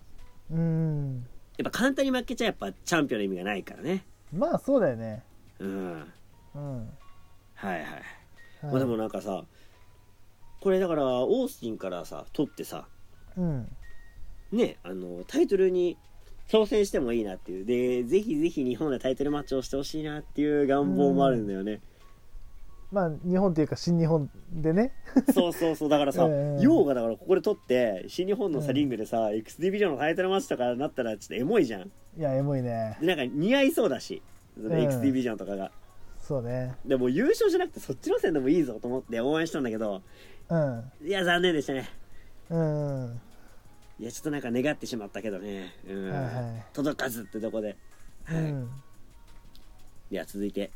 Speaker 1: うん。
Speaker 2: やっぱ簡単に負けちゃやっぱチャンピオンの意味がないからね
Speaker 1: まあそうだよね。
Speaker 2: うん
Speaker 1: うんはい
Speaker 2: はいはい、まあでもなんかさこれだからオースティンからさ取ってさ
Speaker 1: うん
Speaker 2: ねあのタイトルに挑戦してもいいなっていうでぜひぜひ日本でタイトルマッチをしてほしいなっていう願望もあるんだよ [LAUGHS] ね、
Speaker 1: まあ日本というか新日本でね
Speaker 2: そうそうそうだからさ、
Speaker 1: うん
Speaker 2: ヨウがだからここで取って新日本のさ、
Speaker 1: うん
Speaker 2: リングでさ X ディビジョンのタイトルマッチとかになったらちょっとエモいじゃん
Speaker 1: いやエモいね
Speaker 2: でなんか似合いそうだしその
Speaker 1: うん
Speaker 2: X ディビジョンとかが、
Speaker 1: そうね
Speaker 2: でも優勝じゃなくてそっちの線でもいいぞと思って応援したんだけど
Speaker 1: うん
Speaker 2: いや残念でしたね
Speaker 1: うん
Speaker 2: いやちょっとなんか願ってしまったけどね、うん
Speaker 1: はいはい
Speaker 2: 届かずってとこで、
Speaker 1: う
Speaker 2: はい
Speaker 1: ん
Speaker 2: では続いて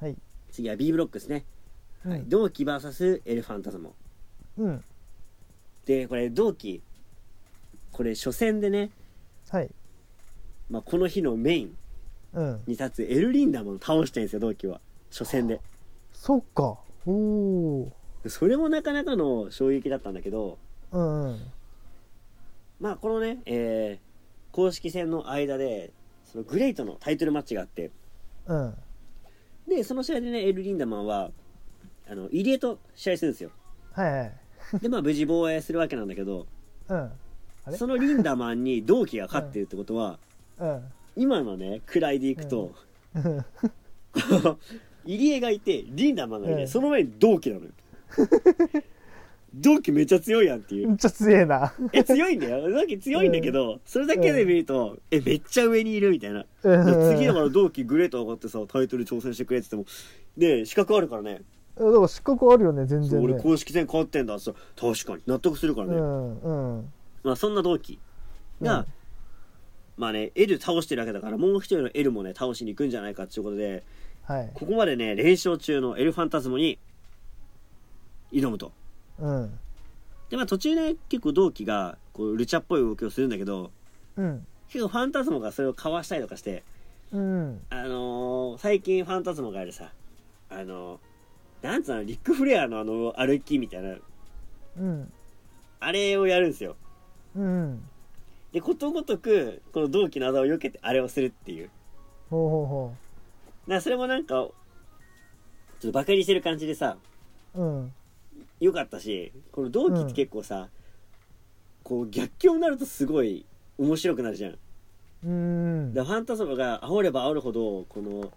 Speaker 1: はい
Speaker 2: 次は B ブロックですね、
Speaker 1: は
Speaker 2: 同期 VS エルファンタズモ
Speaker 1: うん
Speaker 2: でこれ同期これ初戦でね、
Speaker 1: はい
Speaker 2: まあ、この日のメイン
Speaker 1: うん
Speaker 2: に立つエル・リンダマンを倒してるんですよ同期は初戦で
Speaker 1: そっかおお
Speaker 2: それもなかなかの衝撃だったんだけど
Speaker 1: うんうん
Speaker 2: まあこのね、えー公式戦の間でそのグレイトのタイトルマッチがあって
Speaker 1: うん
Speaker 2: でその試合でねエル・リンダマンはあの入江と試合するんですよ
Speaker 1: はいはい
Speaker 2: でまあ無事防衛するわけなんだけど
Speaker 1: うんあれ
Speaker 2: そのリンダマンに同期が勝ってるってことは、
Speaker 1: うん
Speaker 2: 今のね位でいくと、
Speaker 1: うん
Speaker 2: [LAUGHS] 入江がいてリンダマンがいて、
Speaker 1: うん
Speaker 2: その前に同期
Speaker 1: [LAUGHS]
Speaker 2: なのよ同期めっちゃ強いやんっていう
Speaker 1: めっちゃ強えな
Speaker 2: え強いんだよ同期強いんだけど、それだけで見ると、えめっちゃ上にいるみたいな、
Speaker 1: [LAUGHS] うん
Speaker 2: 次だから同期グレート上がってさタイトル挑戦してくれって言ってもで資格あるからね
Speaker 1: うんだから失格あるよね全
Speaker 2: そう
Speaker 1: 然
Speaker 2: 俺
Speaker 1: ね
Speaker 2: 公式戦変わってんだってさ確かに納得するから
Speaker 1: う
Speaker 2: ね、
Speaker 1: んうん
Speaker 2: まあそんな同期が、
Speaker 1: うん
Speaker 2: まあね、エル倒してるわけだから、もう一人のエルもね、倒しに行くんじゃないかっていうことで、
Speaker 1: はい
Speaker 2: ここまでね、連勝中のエルファンタズモに挑むと。
Speaker 1: うん
Speaker 2: で、まあ途中ね、結構同期が、こう、ルチャっぽい動きをするんだけど、
Speaker 1: うん
Speaker 2: 結構ファンタズモがそれをかわしたりとかして、
Speaker 1: うん
Speaker 2: あのー最近ファンタズモがあるさ、あのーなんつうの、リック・フレアのあの、歩きみたいな、
Speaker 1: うん
Speaker 2: あれをやるんですよ。
Speaker 1: うん
Speaker 2: で、ことごとく、この同期の技を避けて、あれをするっていう。
Speaker 1: ほうほうほ
Speaker 2: なそれもなんかちょっとバカにしてる感じでさ
Speaker 1: ううん
Speaker 2: よかったしこの同期って結構さ、こう逆境になるとすごい面白くなるじゃん。
Speaker 1: うん
Speaker 2: だからファンタズムが煽れば煽るほどこの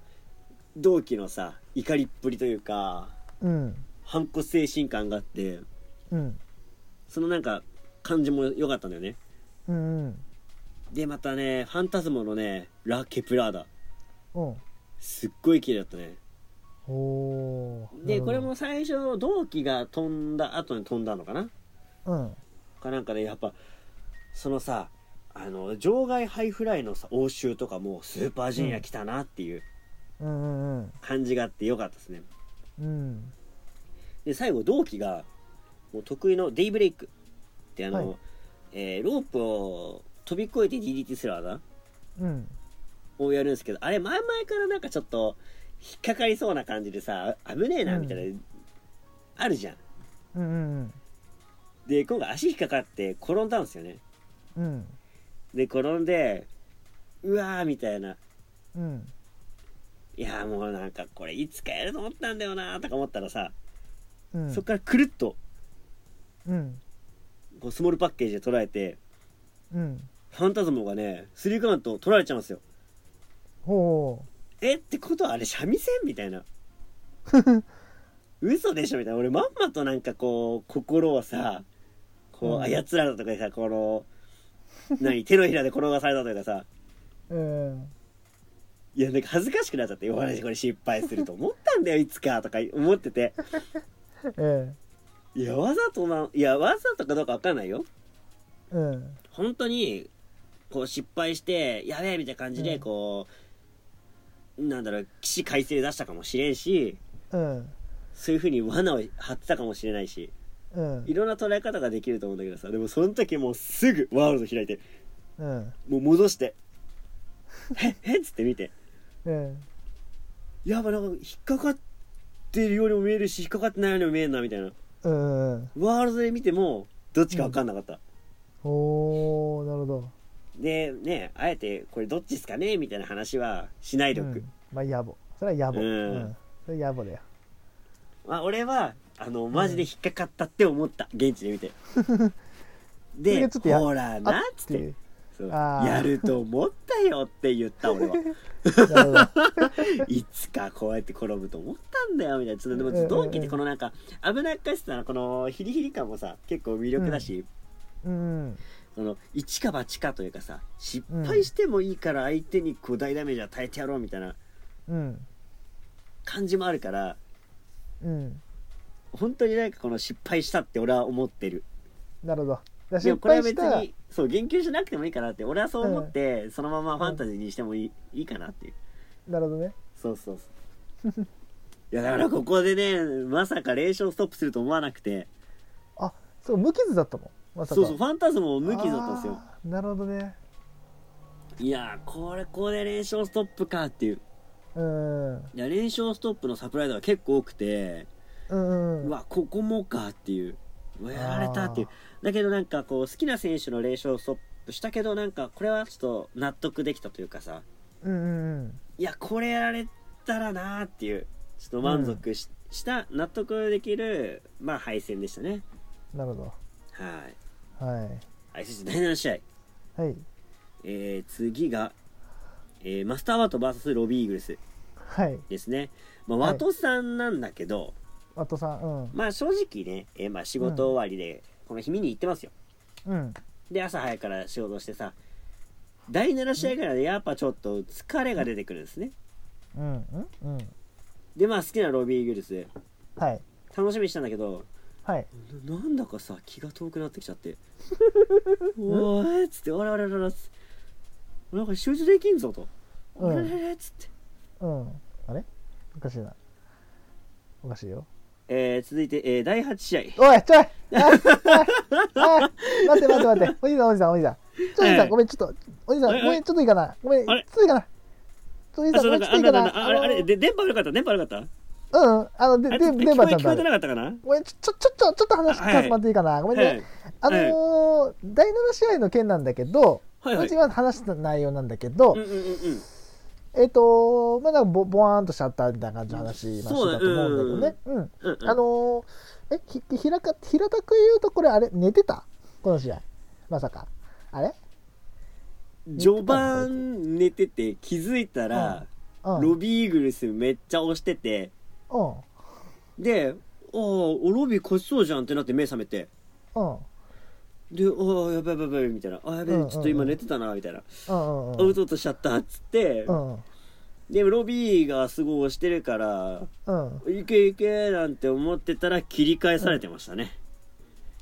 Speaker 2: 同期のさ怒りっぷりというか
Speaker 1: うん
Speaker 2: 反骨精神感があって
Speaker 1: うん
Speaker 2: そのなんか感じも良かったんだよね。
Speaker 1: うんうん
Speaker 2: でまたねファンタズムのねラ・ケプラーダ
Speaker 1: うん
Speaker 2: すっごい綺麗だったね。
Speaker 1: おー
Speaker 2: でこれ
Speaker 1: なる
Speaker 2: も最初の同期が飛んだ後に飛んだのかな
Speaker 1: ほど
Speaker 2: かなんかでやっぱそのさあの場外ハイフライのさ応酬とかもスーパージュニア来たなっていう
Speaker 1: うんうんうん
Speaker 2: 感じがあってよかったですね
Speaker 1: うん
Speaker 2: で最後同期がもう得意のデイブレイクってあの、
Speaker 1: はい
Speaker 2: えーロープを飛び越えて DDT する技
Speaker 1: うん
Speaker 2: をやるんですけどあれ前々からなんかちょっと引っかかりそうな感じでさあ危ねえなみたいな、あるじゃん
Speaker 1: うんうん
Speaker 2: で今回足引っかかって転んだんですよね
Speaker 1: うんうん
Speaker 2: で転んでうわーみたいな
Speaker 1: うん
Speaker 2: いやもうなんかこれいつかやると思ったんだよなとか思ったらさ、
Speaker 1: うん
Speaker 2: そっからくるっと
Speaker 1: うん
Speaker 2: こうスモールパッケージで捉えて
Speaker 1: うん
Speaker 2: ファンタズモがねスリーカウントを取られちゃうんですよ
Speaker 1: ほ
Speaker 2: えってことはあれ三味線みたいな嘘でしょみたいな俺まんまとなんかこう心をさ
Speaker 1: う
Speaker 2: こうん操られたとかさこの何手のひらで転がされたとかさ
Speaker 1: ううん
Speaker 2: いやなんか恥ずかしくなっちゃって「俺これ失敗すると思ったんだよいつか」とか思ってて
Speaker 1: え
Speaker 2: いやわざとないやわざとかどうかわかんないよ
Speaker 1: えうん
Speaker 2: 本当にこう失敗してやべえみたいな感じで
Speaker 1: うん
Speaker 2: こう、なんだろう起死回生出したかもしれんし
Speaker 1: うん
Speaker 2: そういう風に罠を張ってたかもしれないし
Speaker 1: うん
Speaker 2: いろんな捉え方ができると思うんだけどさでもその時もうすぐワールド開いて
Speaker 1: うん
Speaker 2: もう戻して「ええっ?」つって見て
Speaker 1: うん
Speaker 2: 「やばいなんか引っかかってるようにも見えるし引っかかってないようにも見えるな」みたいな
Speaker 1: うんうん
Speaker 2: ワールドで見てもどっちか分かんなかった、
Speaker 1: おーなるほど
Speaker 2: でねあえて「これどっちっすかね?」みたいな話はしないでおく、
Speaker 1: うんまあ野暮それは野暮、
Speaker 2: うん
Speaker 1: うん、それは野暮だよ
Speaker 2: あ俺はあのマジで引っかかったって思った、現地で
Speaker 1: [LAUGHS]
Speaker 2: 見て
Speaker 1: それ
Speaker 2: で
Speaker 1: がちょっとや
Speaker 2: ほらなっつって
Speaker 1: いう
Speaker 2: そう
Speaker 1: あー
Speaker 2: やると思ったよって言っ
Speaker 1: [LAUGHS]
Speaker 2: た俺は
Speaker 1: なるほど
Speaker 2: いつかこうやって転ぶと思ったんだよみたいなそのでも
Speaker 1: うんうんうん
Speaker 2: 同期ってこのなんか危なっかしさのこのヒリヒリ感もさ結構魅力だし、
Speaker 1: うん
Speaker 2: その一か八かというかさ失敗してもいいから相手にこう大ダメージ与えてやろうみたいな
Speaker 1: うん
Speaker 2: 感じもあるから
Speaker 1: うん
Speaker 2: 本当になんかこの失敗したって俺は思ってる
Speaker 1: なるほどだ
Speaker 2: いや
Speaker 1: 失
Speaker 2: これは
Speaker 1: 敗
Speaker 2: 別
Speaker 1: したら
Speaker 2: にそう言及しなくてもいいかなって俺はそう思って、そのままファンタジーにしてもいい,、いいかなっていう
Speaker 1: なるほどね
Speaker 2: そうそうそう [LAUGHS] いやだからここでねまさか霊障ストップすると思わなくて
Speaker 1: そう無傷だったのまさか
Speaker 2: そうそうファンタズムも無傷だったんですよ
Speaker 1: あーなるほどね
Speaker 2: いやーこれここで霊障ストップかっていう
Speaker 1: うんうん
Speaker 2: いや霊障ストップのサプライズが結構多くて
Speaker 1: うん
Speaker 2: うわここもかっていううわやられたっていうだけどなんかこう好きな選手の霊障ストップしたけどなんかこれはちょっと納得できたというかさ
Speaker 1: うんうんうん
Speaker 2: いやこれやられたらなーっていうちょっと満足し,、した納得できるまあ敗戦でしたね
Speaker 1: なるほ
Speaker 2: はい
Speaker 1: どはい
Speaker 2: はいそして第7試合、
Speaker 1: はい
Speaker 2: えー、次が、えーマスターワト VS ロビーイーグルス
Speaker 1: はい
Speaker 2: ですね、まあ、
Speaker 1: はい
Speaker 2: ワトさんなんだけど、
Speaker 1: ワトさんうん
Speaker 2: まあ正直ね、えーまあ、仕事終わりでこの日見に行ってますよ
Speaker 1: うん
Speaker 2: で朝早くから仕事してさ第7試合ぐらいでやっぱちょっと疲れが出てくるんですね
Speaker 1: うんうんうん
Speaker 2: でまあ好きなロビーイーグルス
Speaker 1: はい
Speaker 2: 楽しみにしたんだけど
Speaker 1: はい
Speaker 2: ななんだかさ気が遠くなってきち
Speaker 1: [LAUGHS]
Speaker 2: ゃって「おーい」っつって「あれあれあれあれ」っつって「なんか集中できんぞ」と「
Speaker 1: うん
Speaker 2: あれあれあれ」っつって、
Speaker 1: うんあれおかしいなおかしいよ
Speaker 2: えー、続いて、えー、第8試合
Speaker 1: おいちょいああ待って待って待っておじさんおじさんおじさんちょおじ
Speaker 2: は
Speaker 1: さ
Speaker 2: い
Speaker 1: んごめんちょっとおじさん
Speaker 2: あれ
Speaker 1: ごめんちょっといいかなごめんち
Speaker 2: あ
Speaker 1: ょ
Speaker 2: れ
Speaker 1: っといいかなちょおじ
Speaker 2: あ
Speaker 1: さん
Speaker 2: そ
Speaker 1: ご
Speaker 2: う
Speaker 1: め
Speaker 2: なん
Speaker 1: んちょっ
Speaker 2: か
Speaker 1: と
Speaker 2: あ
Speaker 1: いいか
Speaker 2: な
Speaker 1: な
Speaker 2: んだなんだあれあれで電波悪かった電波悪かった
Speaker 1: あのうんあので
Speaker 2: あ
Speaker 1: で
Speaker 2: れちょっと
Speaker 1: 電
Speaker 2: 聞
Speaker 1: 波
Speaker 2: こえ
Speaker 1: ちゃんと
Speaker 2: 聞こ
Speaker 1: あ
Speaker 2: えて
Speaker 1: る
Speaker 2: なかったかな
Speaker 1: ごめんちょちょちょっとちょっと話聞かせてもらっていいかなごめん
Speaker 2: はい
Speaker 1: ねあのー第7試合の件なんだけど、
Speaker 2: はいはいう
Speaker 1: ちが話した内容なんだけど、
Speaker 2: うんうんうんうん
Speaker 1: えっ、と、まあ、なんかボボワーンとしちゃったみたいな感じの話、まあ
Speaker 2: そう
Speaker 1: し
Speaker 2: だ
Speaker 1: てたと思うんだけどね。うん。
Speaker 2: うんうん
Speaker 1: あのーえ、ひ、ひらか、平たく言うと、これ、あれ、寝てたこの試合。まさか。あれ
Speaker 2: 序盤寝てて気づいたら、
Speaker 1: うん。
Speaker 2: ロビーイーグルスめっちゃ押してて
Speaker 1: うん。
Speaker 2: で「ああロビー勝ちそうじゃん」ってなって目覚めて
Speaker 1: うん。
Speaker 2: で、ああ、やばいやばいやばい、みたいな。ああ、やべ
Speaker 1: うんうんう
Speaker 2: え、
Speaker 1: ん
Speaker 2: ちょっと今寝てたな、みたいな。
Speaker 1: うん。
Speaker 2: あうとうとしちゃった、っつって。
Speaker 1: うん。うん。
Speaker 2: で、ロビーがすごい押してるから、
Speaker 1: うん。
Speaker 2: いけいけ、なんて思ってたら切り返されてましたね。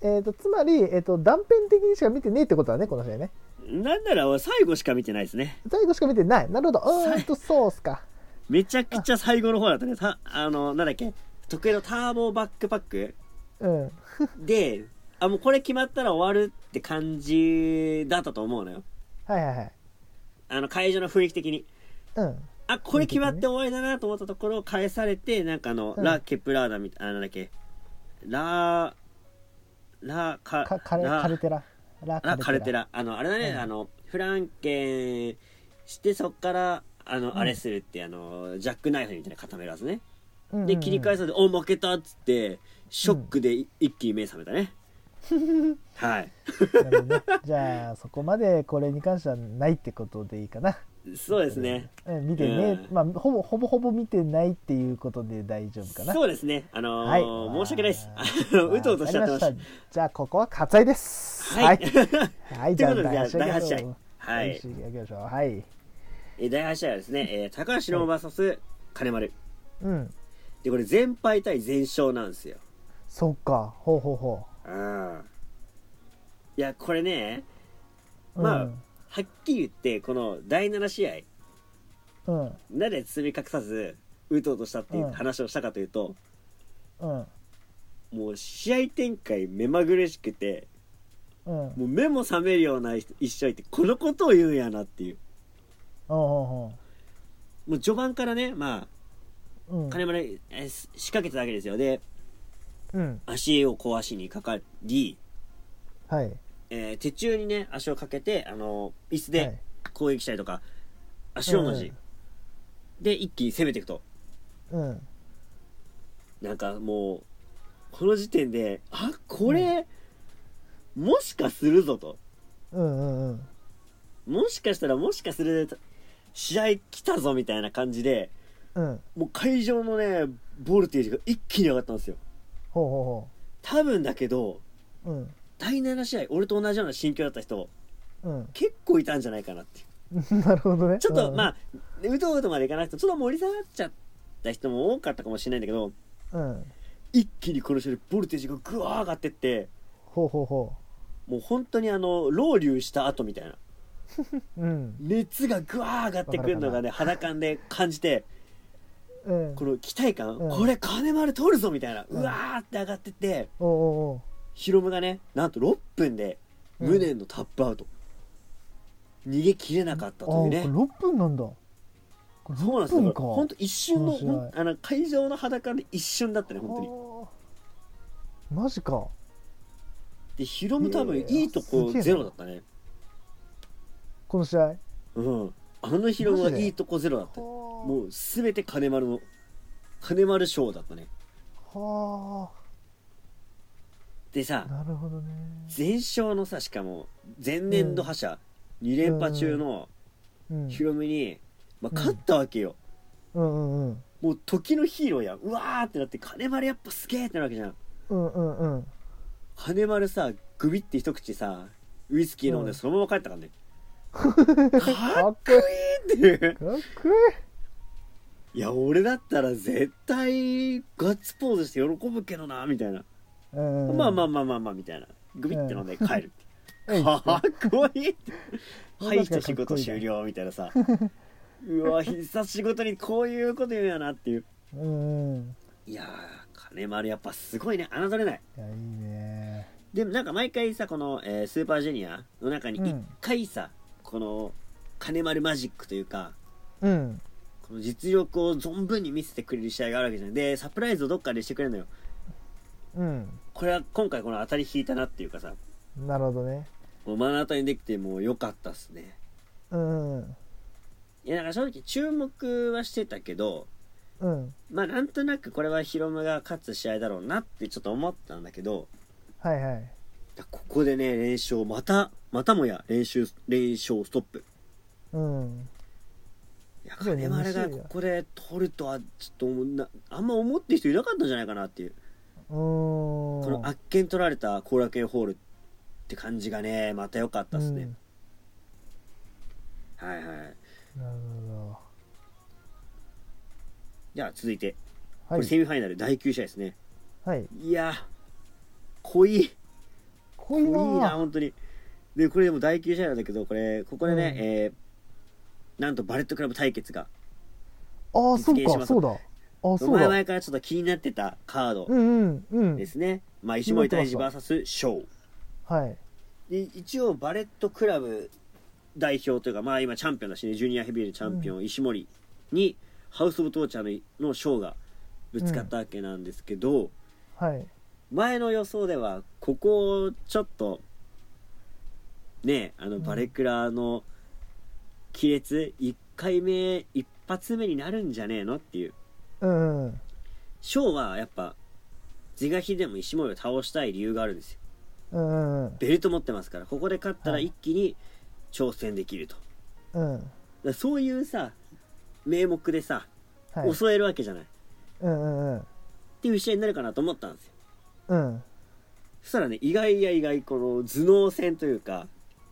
Speaker 1: えっ、と、つまり、えっ、と、断片的にしか見てねえってことだね、この試合ね。
Speaker 2: なんなら、最後しか見てないですね。
Speaker 1: 最後しか見てない。なるほど。うーんと、そうっすか。
Speaker 2: めちゃくちゃ最後の方だったね。た、あの、なんだっけ、得意のターボバックパック
Speaker 1: うん。
Speaker 2: で、あ、もうこれ決まったら終わるって感じだったと思うのよ。
Speaker 1: はいはいはい。
Speaker 2: あの、会場の雰囲気的に。
Speaker 1: うん。
Speaker 2: あこれ決まって終わりだなと思ったところを返されてなんかあの、
Speaker 1: うん
Speaker 2: ラ・ケプラーダみたいななんだっけララカ
Speaker 1: かカレ
Speaker 2: ラ
Speaker 1: カルテララ
Speaker 2: ラカルテ
Speaker 1: ラ
Speaker 2: ラあのあれだね、
Speaker 1: うん
Speaker 2: あのフランケンしてそっからあの、
Speaker 1: ん
Speaker 2: あれするってあのジャックナイフみたいなの固めるはずね
Speaker 1: うんうんう
Speaker 2: で
Speaker 1: ん
Speaker 2: 切り返されて「お負けた」っつってショックでい一気に目覚め
Speaker 1: [LAUGHS]
Speaker 2: たね、はい
Speaker 1: なるほどねじゃあそこまでこれに関してはないってことでいいかな、
Speaker 2: そうですね
Speaker 1: うん、見てね、
Speaker 2: うん
Speaker 1: まあほぼほぼほぼ見てないっていうことで大丈夫かな
Speaker 2: そうですねあの
Speaker 1: はい
Speaker 2: ー申し訳ないです
Speaker 1: わ
Speaker 2: あ [LAUGHS] のうとうとしちゃってました
Speaker 1: わかりたじゃあここは割愛です
Speaker 2: は
Speaker 1: は
Speaker 2: い
Speaker 1: い、はい、じゃあ
Speaker 2: ということでじゃあ
Speaker 1: 第八試合行きましょう
Speaker 2: 第八試合はい
Speaker 1: 第八試合行きましょうはい
Speaker 2: えー第8試合はですね、えー高橋の VS 金丸
Speaker 1: うん
Speaker 2: でこれ全敗対全勝なんですよ
Speaker 1: そっかほうほうほ
Speaker 2: うんいやこれね
Speaker 1: う
Speaker 2: まあはっきり言ってこの第7試合
Speaker 1: うんうん
Speaker 2: なぜ包み隠さず打とうとしたっていう
Speaker 1: うん
Speaker 2: 話をしたかというと、
Speaker 1: うん
Speaker 2: もう試合展開目まぐるしくて
Speaker 1: うん
Speaker 2: もう目も覚めるような一試合ってこのことを言うんやなっていう
Speaker 1: うん
Speaker 2: もう序盤からねま
Speaker 1: うんうん
Speaker 2: あ金丸、えー仕掛けただけですよで
Speaker 1: うん
Speaker 2: 足を小足にかかり
Speaker 1: はい
Speaker 2: えー手中にね足をかけてあの椅子
Speaker 1: は
Speaker 2: で
Speaker 1: い
Speaker 2: 攻撃したりとか、足をの
Speaker 1: う
Speaker 2: 字
Speaker 1: ん
Speaker 2: で一気に攻めていくと
Speaker 1: うん。
Speaker 2: なんかもうこの時点であこれ、もしかするぞと
Speaker 1: うんうんうん。
Speaker 2: もしかしたらもしかする試合来たぞみたいな感じで
Speaker 1: うん。
Speaker 2: もう会場のねボルテージが一気に上がったんですよ
Speaker 1: ほうほ
Speaker 2: 多分だけど
Speaker 1: うほう。うん。
Speaker 2: 第7試合俺と同じような心境だった人
Speaker 1: うん。
Speaker 2: 結構いたんじゃないかなっていう
Speaker 1: [LAUGHS] なるほどね。
Speaker 2: ちょっと、ま
Speaker 1: あ。
Speaker 2: あうとうとまでいかなくてちょっと盛り下がっちゃった人も多かったかもしれないんだけど
Speaker 1: うん。
Speaker 2: 一気にこの試合でボルテージがグワー上がってって
Speaker 1: ほうほうほ
Speaker 2: もう本当にあのロウリュした後みたいな
Speaker 1: う。うん。
Speaker 2: 熱がグワー上がってくるのがね肌感で感じて
Speaker 1: うん。
Speaker 2: この期待感、
Speaker 1: うん
Speaker 2: これ金丸取るぞみたいな、
Speaker 1: う
Speaker 2: うんわーって上がってって
Speaker 1: おうおう
Speaker 2: ヒロムがねなんと6分で
Speaker 1: うん
Speaker 2: 無念のタップアウト、逃げ切れなかった
Speaker 1: お。
Speaker 2: という
Speaker 1: ああ、これ
Speaker 2: うね
Speaker 1: 6分なんだ。これ
Speaker 2: そうな
Speaker 1: 6
Speaker 2: んですよ
Speaker 1: 分か。
Speaker 2: 本当一瞬
Speaker 1: こ
Speaker 2: の
Speaker 1: の試合
Speaker 2: ほんあの会場の肌感で一瞬だったね本当に
Speaker 1: あーマジか。
Speaker 2: でヒロム多分
Speaker 1: いや
Speaker 2: いいとこ
Speaker 1: すげえな
Speaker 2: ゼロだったね
Speaker 1: この試合。
Speaker 2: うんあのヒロム
Speaker 1: マ
Speaker 2: は
Speaker 1: ジで
Speaker 2: いいとこゼロだった
Speaker 1: も
Speaker 2: もう全て金丸の金丸賞だったね
Speaker 1: は
Speaker 2: で
Speaker 1: あ
Speaker 2: さ
Speaker 1: なるほどね
Speaker 2: 前哨のさしかも前年度覇者、2連覇中の
Speaker 1: うん
Speaker 2: ヒロムに、まあ、
Speaker 1: うん
Speaker 2: 勝ったわけよ、
Speaker 1: うんうんうん
Speaker 2: もう時のヒーローやんうわーってなって金丸やっぱすげーってなるわけじゃん
Speaker 1: うんうんうん
Speaker 2: 金丸さグビって一口さウイスキー飲ん
Speaker 1: う
Speaker 2: で
Speaker 1: ん
Speaker 2: そのまま帰ったから
Speaker 1: [LAUGHS]
Speaker 2: ね、
Speaker 1: か
Speaker 2: か
Speaker 1: っこいい
Speaker 2: っていう
Speaker 1: かっこいい
Speaker 2: いや俺だったら絶対ガッツポーズして喜ぶけどなみたいな、
Speaker 1: うんうん
Speaker 2: まあまあまあまあまあみたいなグビって飲んで帰る、
Speaker 1: [LAUGHS] うん
Speaker 2: かっこい
Speaker 1: [LAUGHS]
Speaker 2: いって
Speaker 1: うん
Speaker 2: はい一仕事終了みたいな
Speaker 1: [LAUGHS]
Speaker 2: さうわ必殺仕事にこういうこと言うんやなっていう
Speaker 1: うんうん
Speaker 2: いやー金丸やっぱすごいね侮れない
Speaker 1: いやいいね
Speaker 2: でもなんか毎回さこの、えースーパージュニアの中に
Speaker 1: うん
Speaker 2: 一回さ、この金丸マジックというか
Speaker 1: うん
Speaker 2: この実力を存分に見せてくれる試合があるわけじゃないでサプライズをどっかでしてくれるのよ
Speaker 1: うん
Speaker 2: これは今回この当たり引いたなっていうかさ
Speaker 1: なるほどね
Speaker 2: もう目の当たりにできてもう良かったっすね
Speaker 1: うんうん
Speaker 2: いやなんか正直注目はしてたけど
Speaker 1: うん
Speaker 2: まあなんとなくこれはヒロムが勝つ試合だろうなってちょっと思ったんだけど
Speaker 1: はいはい
Speaker 2: ここでね連勝またまたもや練習連勝ストップ
Speaker 1: うん
Speaker 2: いや
Speaker 1: そうね
Speaker 2: 金丸がここで取るとはちょっとなあんま思ってる人いなかったんじゃないかなっていう、
Speaker 1: うん
Speaker 2: このあっけん取られた後楽園ホールって感じがねまた良かったですね、はいはい
Speaker 1: うんなるほ
Speaker 2: では続いて
Speaker 1: ど
Speaker 2: こ
Speaker 1: は
Speaker 2: れセ
Speaker 1: い
Speaker 2: ミファイナル第9試合ですね、
Speaker 1: はい
Speaker 2: い、やー濃い
Speaker 1: 濃
Speaker 2: 濃
Speaker 1: い
Speaker 2: い
Speaker 1: な
Speaker 2: な本当にでこれでも第9試合なんだけどこれここでね、
Speaker 1: うん
Speaker 2: えーなんとバレットクラブ対決が
Speaker 1: ああそ
Speaker 2: 実現し
Speaker 1: う
Speaker 2: ま
Speaker 1: か
Speaker 2: す
Speaker 1: そうだああそう
Speaker 2: 前
Speaker 1: だ
Speaker 2: 々からちょっと気になってたカード
Speaker 1: うんうんうん
Speaker 2: ですね、まあ、石森大治 VS ショー
Speaker 1: はい
Speaker 2: で一応バレットクラブ代表というかまあ今チャンピオンだしねジュニアヘビーのチャンピオン、石森にハウス・オブ・トーチャーののショーがぶつかったわけなんですけど、
Speaker 1: はい
Speaker 2: 前の予想ではここをちょっとねあの
Speaker 1: ん
Speaker 2: バレクラの亀裂1回目一発目になるんじゃねえのっていう
Speaker 1: うんうん
Speaker 2: ショーはやっぱ是が非でも石森を倒したい理由があるんですよ
Speaker 1: うんうん
Speaker 2: ベルト持ってますからここで勝ったら
Speaker 1: はい
Speaker 2: 一気に挑戦できると、
Speaker 1: うん
Speaker 2: だからそういうさ名目でさ、
Speaker 1: はい
Speaker 2: 襲えるわけじゃないっ
Speaker 1: うんうんうん
Speaker 2: ていう試合になるかなと思ったんですよ
Speaker 1: うん
Speaker 2: そしたらね意外や意外この頭脳戦というか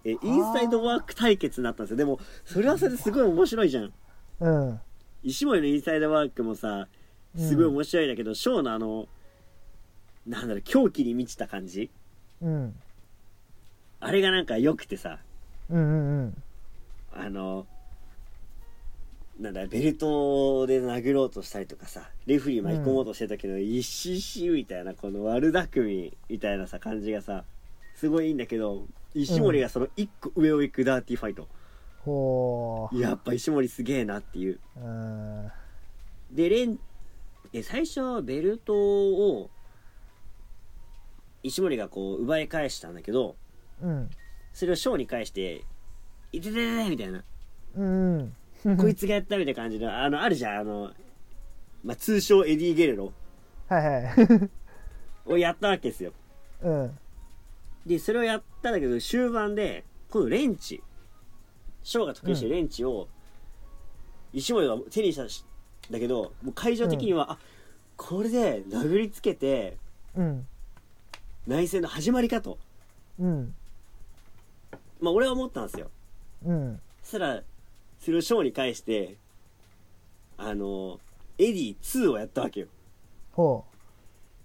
Speaker 2: えイン
Speaker 1: ー
Speaker 2: サイドワーク対決になったんですよでもそれはそれですごい面白いじゃん
Speaker 1: うん
Speaker 2: 石森のインサイドワークもさすごい面白いんだけど、ショーのあのなんだろう狂気に満ちた感じ
Speaker 1: うん
Speaker 2: あれがなんか良くてさ
Speaker 1: うんうん
Speaker 2: あのなんだベルトで殴ろうとしたりとかさレフェリー巻き込もうとしてたけど、一シシみたいなこの悪巧みみたいなさ感じがさすごいいいんだけど石森がその一個上を行くダーティーファイト、
Speaker 1: ほう
Speaker 2: やっぱ石森すげえなっていう
Speaker 1: うん
Speaker 2: でレンで最初ベルトを石森がこう奪い返したんだけど
Speaker 1: うん
Speaker 2: それをショーに返して「いてててて」みたいな
Speaker 1: うん
Speaker 2: こいつがやったみたいな感じの、あの、あるじゃん、あの、まあ、通称エディ・ゲレロ
Speaker 1: [LAUGHS] はいはい。
Speaker 2: をやったわけですよ
Speaker 1: うん。
Speaker 2: でそれをやったんだけど終盤でこのレンチショーが得意してるレンチを石森が手にしたしだけどもう会場的には、あこれで殴りつけて
Speaker 1: うん。
Speaker 2: 内戦の始まりかと、
Speaker 1: うん。
Speaker 2: まあ、俺は思ったんですよ
Speaker 1: うん。
Speaker 2: そしたらそれをショーに返してあのエディ2をやったわけよ
Speaker 1: ほ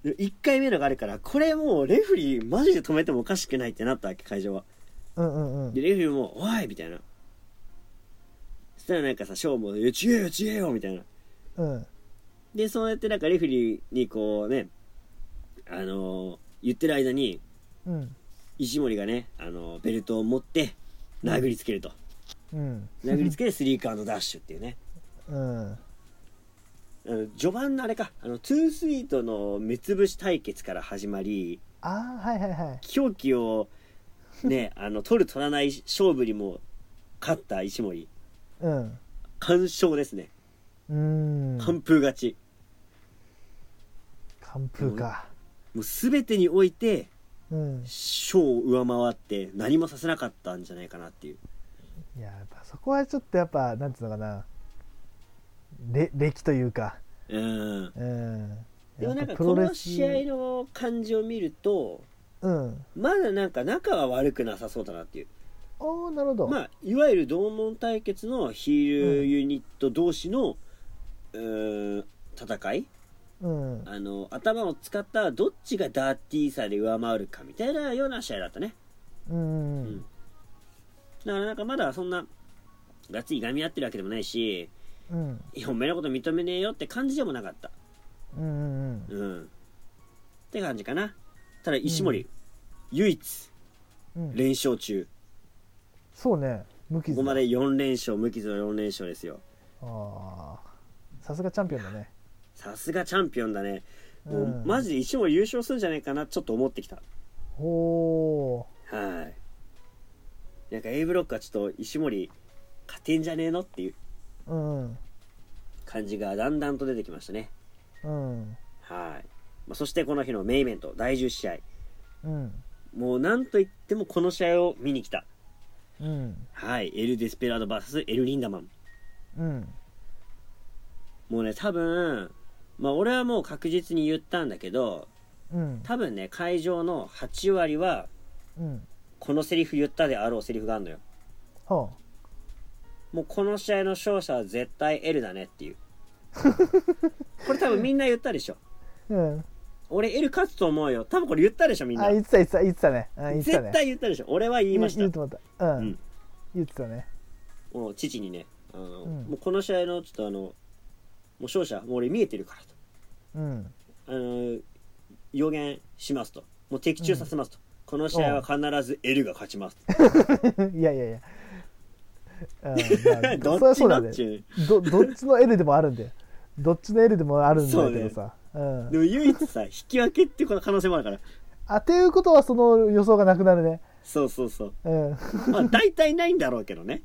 Speaker 2: 1回目のがあるからこれもうレフリーマジで止めてもおかしくないってなったわけ会場は
Speaker 1: う。うんうんうん
Speaker 2: で。レフリーも「おい!」みたいなそしたらなんかさショーも「いや違えよ違えよ」みたいな
Speaker 1: うん。
Speaker 2: でそうやってなんかレフリーにこうねあのー言ってる間に
Speaker 1: うん。
Speaker 2: 石森がね、あのーベルトを持って殴りつけると
Speaker 1: うん。
Speaker 2: 殴りつけてスリーカーのダッシュっていうね
Speaker 1: うん。
Speaker 2: あの序盤のあれかあのトゥースイートの目つぶし対決から始まり
Speaker 1: ああ、はいはいはい。
Speaker 2: 狂気を
Speaker 1: [LAUGHS]
Speaker 2: ねあの取る取らない勝負にも勝った石森
Speaker 1: うん。
Speaker 2: 完勝ですね
Speaker 1: うん。
Speaker 2: 完封勝ち、
Speaker 1: 完封か。
Speaker 2: もう全てにおいて
Speaker 1: うん。
Speaker 2: 賞を上回って何もさせなかったんじゃないかなっていう
Speaker 1: いや、やっぱそこはちょっとやっぱ、なんていうのかな。れ、歴というか。
Speaker 2: うん
Speaker 1: うん。
Speaker 2: でもなん
Speaker 1: や
Speaker 2: か
Speaker 1: っぱプ
Speaker 2: こ
Speaker 1: ロレ
Speaker 2: の
Speaker 1: ス
Speaker 2: 試合の感じを見ると
Speaker 1: うん。
Speaker 2: まだなんか仲は悪くなさそうだなっていう
Speaker 1: おお、なるほど。
Speaker 2: まあいわゆる同門対決のヒールユニット同士の、うーん戦い
Speaker 1: うん。
Speaker 2: あの頭を使ったどっちがダーティーさで上回るかみたいなような試合だったね
Speaker 1: うん。
Speaker 2: うんだからなんかまだそんながっつりがみ合ってるわけでもないし
Speaker 1: うん。
Speaker 2: いやおめえのこと認めねえよって感じでもなかった
Speaker 1: うん。うん。
Speaker 2: うんって感じかなただ石森、唯一
Speaker 1: うん。
Speaker 2: 連勝中
Speaker 1: そうね。無
Speaker 2: こ
Speaker 1: 傷だ
Speaker 2: こまで4連勝無傷の4連勝ですよ
Speaker 1: ああ。さすがチャンピオンだね。
Speaker 2: さすがチャンピオンだね、
Speaker 1: う
Speaker 2: も
Speaker 1: ん
Speaker 2: うマジで石森優勝するんじゃないかなちょっと思ってきた
Speaker 1: おー
Speaker 2: はいなんか A ブロックはちょっと石森勝てんじゃねえのっていう
Speaker 1: うん。
Speaker 2: 感じがだんだんと出てきましたね
Speaker 1: うん。
Speaker 2: はい、まあ、そしてこの日のメインイベント第10試合
Speaker 1: うん。
Speaker 2: もうなんといってもこの試合を見に来た
Speaker 1: うん。
Speaker 2: はいエル・デスペラード VS エル・リンダマン
Speaker 1: うん。
Speaker 2: もうね多分まあ俺はもう確実に言ったんだけど
Speaker 1: うん。
Speaker 2: 多分ね会場の8割は
Speaker 1: うん。
Speaker 2: このセリフ言ったであろうセリフがあるのよ
Speaker 1: は
Speaker 2: もうこの試合の勝者は絶対 L だねっていうこれ多分みんな言ったでしょ
Speaker 1: あ。うん。
Speaker 2: 俺 L 勝つと思うよ多分これ言ったでしょみんな
Speaker 1: あ、言ってた言ってた言ってたね。あ言ってたね。
Speaker 2: 絶対言ったでしょ俺は言いまし
Speaker 1: 言
Speaker 2: た
Speaker 1: ってた。う
Speaker 2: うんん。
Speaker 1: 言ってたね。
Speaker 2: もう父にねあの、
Speaker 1: うん
Speaker 2: もうこの試合のちょっとあのもう勝者もう俺見えてるからと
Speaker 1: うん。 [LAUGHS]
Speaker 2: あの予言しますともう的中させますと、この試合は必ず L が勝ちます
Speaker 1: いやいやいや。うんまあ
Speaker 2: [LAUGHS] ど
Speaker 1: そりゃ
Speaker 2: っち
Speaker 1: そう
Speaker 2: ど
Speaker 1: だ
Speaker 2: っ
Speaker 1: ねどど
Speaker 2: ち、
Speaker 1: っちの L でもあるんだよ。どっちの L でもあるんだけどさ。うん
Speaker 2: で。も唯一さ引き分けってこの可能性もあるから
Speaker 1: あ、ていうことはその予想がなくなるね。
Speaker 2: そうそうそう
Speaker 1: う
Speaker 2: [LAUGHS]
Speaker 1: ん。うん。
Speaker 2: まあ大体ないんだろうけどね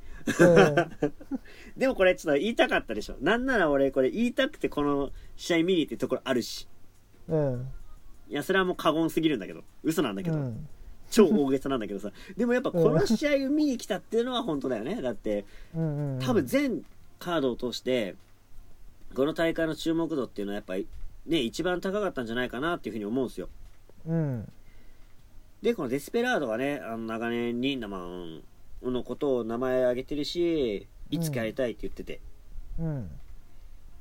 Speaker 2: でもこれちょっと言いたかったでしょなんなら俺これ言いたくてこの試合見に行ってところあるし
Speaker 1: うん。
Speaker 2: いやそれはもう過言すぎるんだけど嘘なんだけ
Speaker 1: う
Speaker 2: ど、
Speaker 1: ん。
Speaker 2: 超大げさなんだけどさでもやっぱこの試合を見に来たっていうのは本当だよねだって
Speaker 1: うん。うん
Speaker 2: 多分全カードを通してこの大会の注目度っていうのはやっぱりね一番高かったんじゃないかなっていうふうに思うんですよ
Speaker 1: うん。
Speaker 2: でこのデスペラードはねあの長年リンダマンのことを名前挙げてるしいつかやりたいって言ってて、
Speaker 1: うん。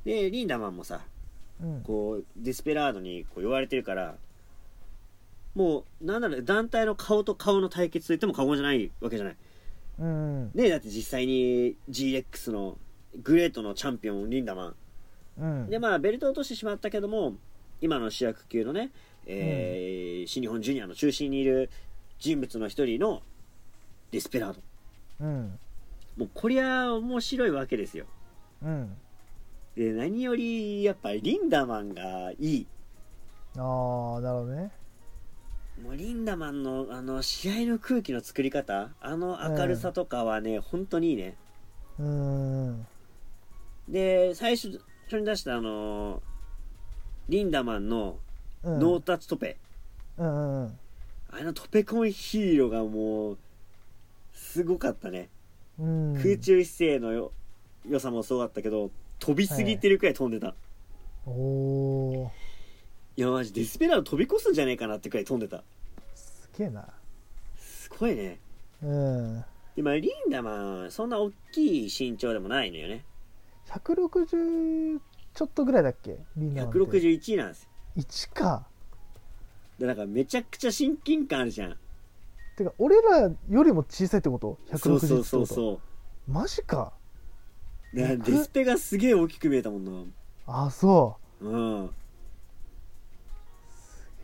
Speaker 2: でリンダマンもさ
Speaker 1: うん。
Speaker 2: こうデスペラードにこう言われてるからもうなんなら団体の顔と顔の対決といっても過言じゃないわけじゃない
Speaker 1: うん。
Speaker 2: ねえだって実際に GX のグレートのチャンピオンリンダマン
Speaker 1: うん。
Speaker 2: でまあベルトを落としてしまったけども今の主役級のね、えー新日本ジュニアの中心にいる人物の一人のデスペラード
Speaker 1: うん。
Speaker 2: もうこりゃ面白いわけですよ
Speaker 1: うん。
Speaker 2: で何よりやっぱりリンダマンがいい
Speaker 1: ああ、なるほどね。
Speaker 2: もうリンダマンのあの試合の空気の作り方あの明るさとかはね、本当にいいね
Speaker 1: うーん。
Speaker 2: で最初人に出したあのーリンダマンの
Speaker 1: うん
Speaker 2: ノータッチトペ、
Speaker 1: うんうんうん
Speaker 2: あのトペコンヒーローがもうすごかったね、
Speaker 1: うん
Speaker 2: 空中姿勢のよ良さもそうだったけど飛びすぎてるくらい飛んでた、い、
Speaker 1: おおー
Speaker 2: やマジデスペラード飛び越すんじゃねえかなってくらい飛んでた
Speaker 1: すげえな
Speaker 2: すごいね
Speaker 1: うん
Speaker 2: でまあリンダマンそんな大きい身長でもないのよね
Speaker 1: 160ちょっとぐらいだっけリーナなんて
Speaker 2: 161なんですよ
Speaker 1: 1か
Speaker 2: でなんかめちゃくちゃ親近感あるじゃん
Speaker 1: てか俺らよりも小さいってこと160って
Speaker 2: そ
Speaker 1: こ
Speaker 2: う
Speaker 1: と
Speaker 2: そうそうそう
Speaker 1: マジか
Speaker 2: だからデスペがすげえ大きく見えたもんな
Speaker 1: あそ
Speaker 2: うん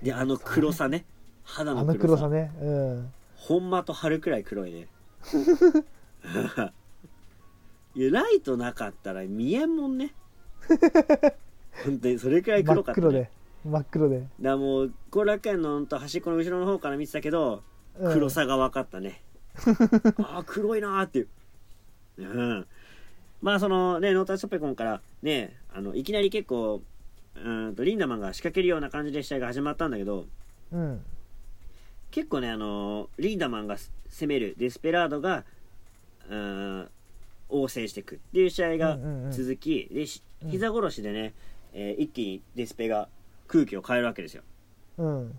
Speaker 2: であの黒さね
Speaker 1: う
Speaker 2: 肌
Speaker 1: あ
Speaker 2: の
Speaker 1: の
Speaker 2: 黒
Speaker 1: 黒
Speaker 2: さ
Speaker 1: さねうん
Speaker 2: ほんまと春くらい
Speaker 1: [LAUGHS]
Speaker 2: 黒いねいやライトなかったら見えんも
Speaker 1: [LAUGHS]
Speaker 2: んね本当にそれくらい
Speaker 1: 真
Speaker 2: 黒
Speaker 1: っ
Speaker 2: かった、ね、
Speaker 1: 黒で真っ黒で、
Speaker 2: だからもう後楽園のほんと端っこの後ろの方から見てたけど
Speaker 1: うん、
Speaker 2: 黒さが分かった
Speaker 1: [LAUGHS]
Speaker 2: ね、ああ黒いなーっていううんまあそのねノーターチョペコンからねあのいきなり結構うーんとリンダマンが仕掛けるような感じで試合が始まったんだけど
Speaker 1: うん
Speaker 2: 結構ねあのリンダマンが攻めるデスペラードがうーん応戦していくっていう試合が
Speaker 1: うんうんうん
Speaker 2: 続き、でし
Speaker 1: うん
Speaker 2: 膝殺しでね、えー一気にデスペが空気を変えるわけですよ
Speaker 1: うん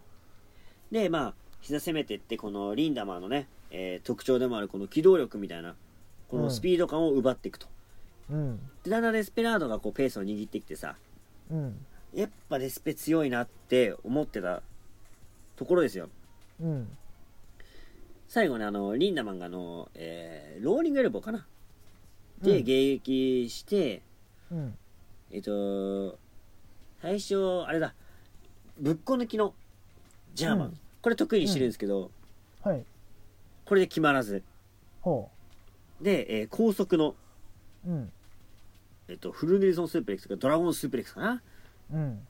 Speaker 2: でまあ膝攻めてってこのリンダマーのね、えー特徴でもあるこの機動力みたいなこ
Speaker 1: う
Speaker 2: の
Speaker 1: ん
Speaker 2: スピード感を奪っていくと、
Speaker 1: うん
Speaker 2: でだんだんデスペラードがこうペースを握ってきてさ
Speaker 1: うん
Speaker 2: やっぱデスペ強いなって思ってたところですよ
Speaker 1: うん
Speaker 2: 最後ねあのリンダマンがあの、えーローリングエルボーかなで、
Speaker 1: うん
Speaker 2: 迎撃して
Speaker 1: うん
Speaker 2: えっ、と最初あれだぶっこ抜きのジャーマン、
Speaker 1: うん
Speaker 2: これ得意にしてるんですけど、
Speaker 1: はい
Speaker 2: これで決まらず
Speaker 1: ほ
Speaker 2: で、えー高速の
Speaker 1: ううん
Speaker 2: えっと、フルネルソンスープレックスとかドラゴンスープレックスかな
Speaker 1: うん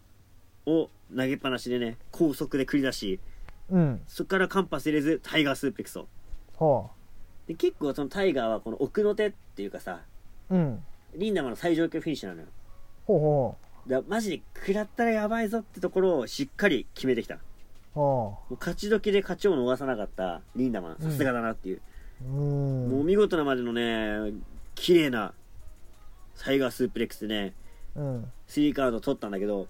Speaker 2: を投げっぱなしでね高速で繰り出し
Speaker 1: うん
Speaker 2: そこから間髪入れずタイガースープレックスを
Speaker 1: ほ
Speaker 2: で結構そのタイガーはこの奥の手っていうかさ
Speaker 1: ううん
Speaker 2: リンダマンの最上級フィニッシュなのよ
Speaker 1: ほうほ
Speaker 2: だからマジで食らったらやばいぞってところをしっかり決めてきたも
Speaker 1: うほ
Speaker 2: う勝ち時で勝ちを逃さなかったリンダマン
Speaker 1: うん
Speaker 2: さすがだなっていう、
Speaker 1: ううん
Speaker 2: もう見事なまでのね綺麗なタイガースープレックスでね
Speaker 1: うん
Speaker 2: 3カード取ったんだけど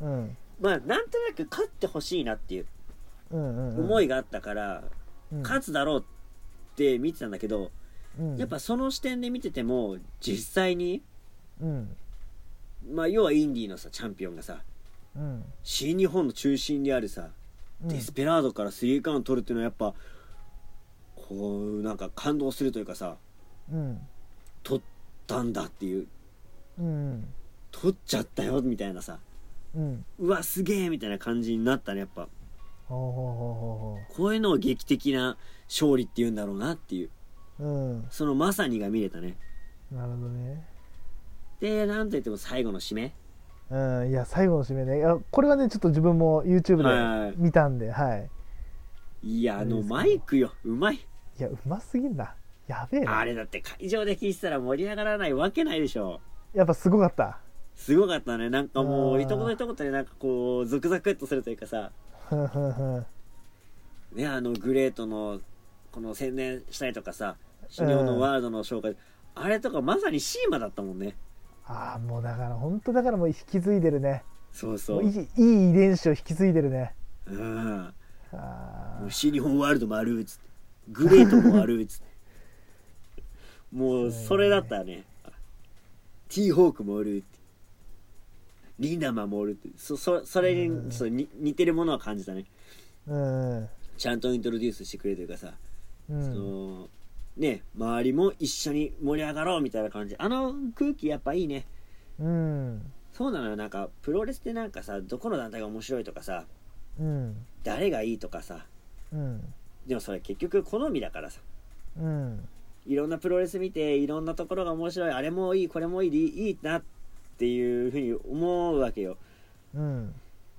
Speaker 1: うん
Speaker 2: まあなんとなく勝ってほしいなっていう
Speaker 1: うんうん
Speaker 2: 思
Speaker 1: い
Speaker 2: いがあったから、勝つだろうって見てたんだけど、やっぱその視点で見てても実際に、
Speaker 1: うん
Speaker 2: まあ、要はインディーのさチャンピオンがさ
Speaker 1: うん
Speaker 2: 新日本の中心であるさ、
Speaker 1: うん
Speaker 2: デスペラードからスリーカウント取るっていうのはやっぱこうなんか感動するというかさ
Speaker 1: うん
Speaker 2: 取ったんだっていう
Speaker 1: うん
Speaker 2: 取っちゃったよみたいなさ
Speaker 1: うん
Speaker 2: うわすげえみたいな感じになったねやっぱ
Speaker 1: ほうほうほうほ
Speaker 2: こういうのを劇的な勝利っていうんだろうなっていう
Speaker 1: うほううん
Speaker 2: そのまさにが見れたね
Speaker 1: なるほどね
Speaker 2: でなんといっても最後の締め
Speaker 1: うんいや最後の締めねいやこれはねちょっと自分も YouTube
Speaker 2: はいはいはい
Speaker 1: で見たんではい
Speaker 2: いや、あ
Speaker 1: あれ
Speaker 2: の
Speaker 1: ですか
Speaker 2: マイクよ、うまい。
Speaker 1: いやうますぎんなやべえ
Speaker 2: あ
Speaker 1: な
Speaker 2: れだって会場で聞いてたら盛り上がらないわけないでしょ。
Speaker 1: やっぱすごかった
Speaker 2: すごかったね。なんかも
Speaker 1: あ
Speaker 2: う、
Speaker 1: ー
Speaker 2: いとこといとことでなんかこう、ゾクザクっとするというかさ、
Speaker 1: ふんふんふん
Speaker 2: ね、あのグレートの、この宣伝したりとかさ、新日本のワールドの紹介、あれとかまさにシーマだったもんね。
Speaker 1: ああもうだから本当だからもう引き継いでるね
Speaker 2: そうそ
Speaker 1: も
Speaker 2: う
Speaker 1: うい。いいい遺伝子を引き継いでるね
Speaker 2: うん。
Speaker 1: あー
Speaker 2: 新日本ワールドもあるっつって、グレートもある
Speaker 1: [LAUGHS]
Speaker 2: っつって。もう、それだったね。T ホークもおるって。リンダマンもおるって。そ、そ、それ
Speaker 1: う
Speaker 2: に
Speaker 1: ん
Speaker 2: そうに似てるものは感じたね。
Speaker 1: うん
Speaker 2: ちゃんとイントロデュースしてくれるというかさ、
Speaker 1: う
Speaker 2: そ
Speaker 1: ん
Speaker 2: の、ね、周りも一緒に盛り上がろうみたいな感じ。あの空気やっぱいいね。
Speaker 1: うん
Speaker 2: そうなのよ。なんか、プロレスってなんかさ、どこの団体が面白いとかさ、
Speaker 1: うん
Speaker 2: 誰がいいとかさ、
Speaker 1: うん
Speaker 2: でもそれ結局好みだからさ。
Speaker 1: うん
Speaker 2: いろんなプロレス見ていろんなところが面白いあれもいいこれもいいでいいなっていうふうに思うわけよ
Speaker 1: うん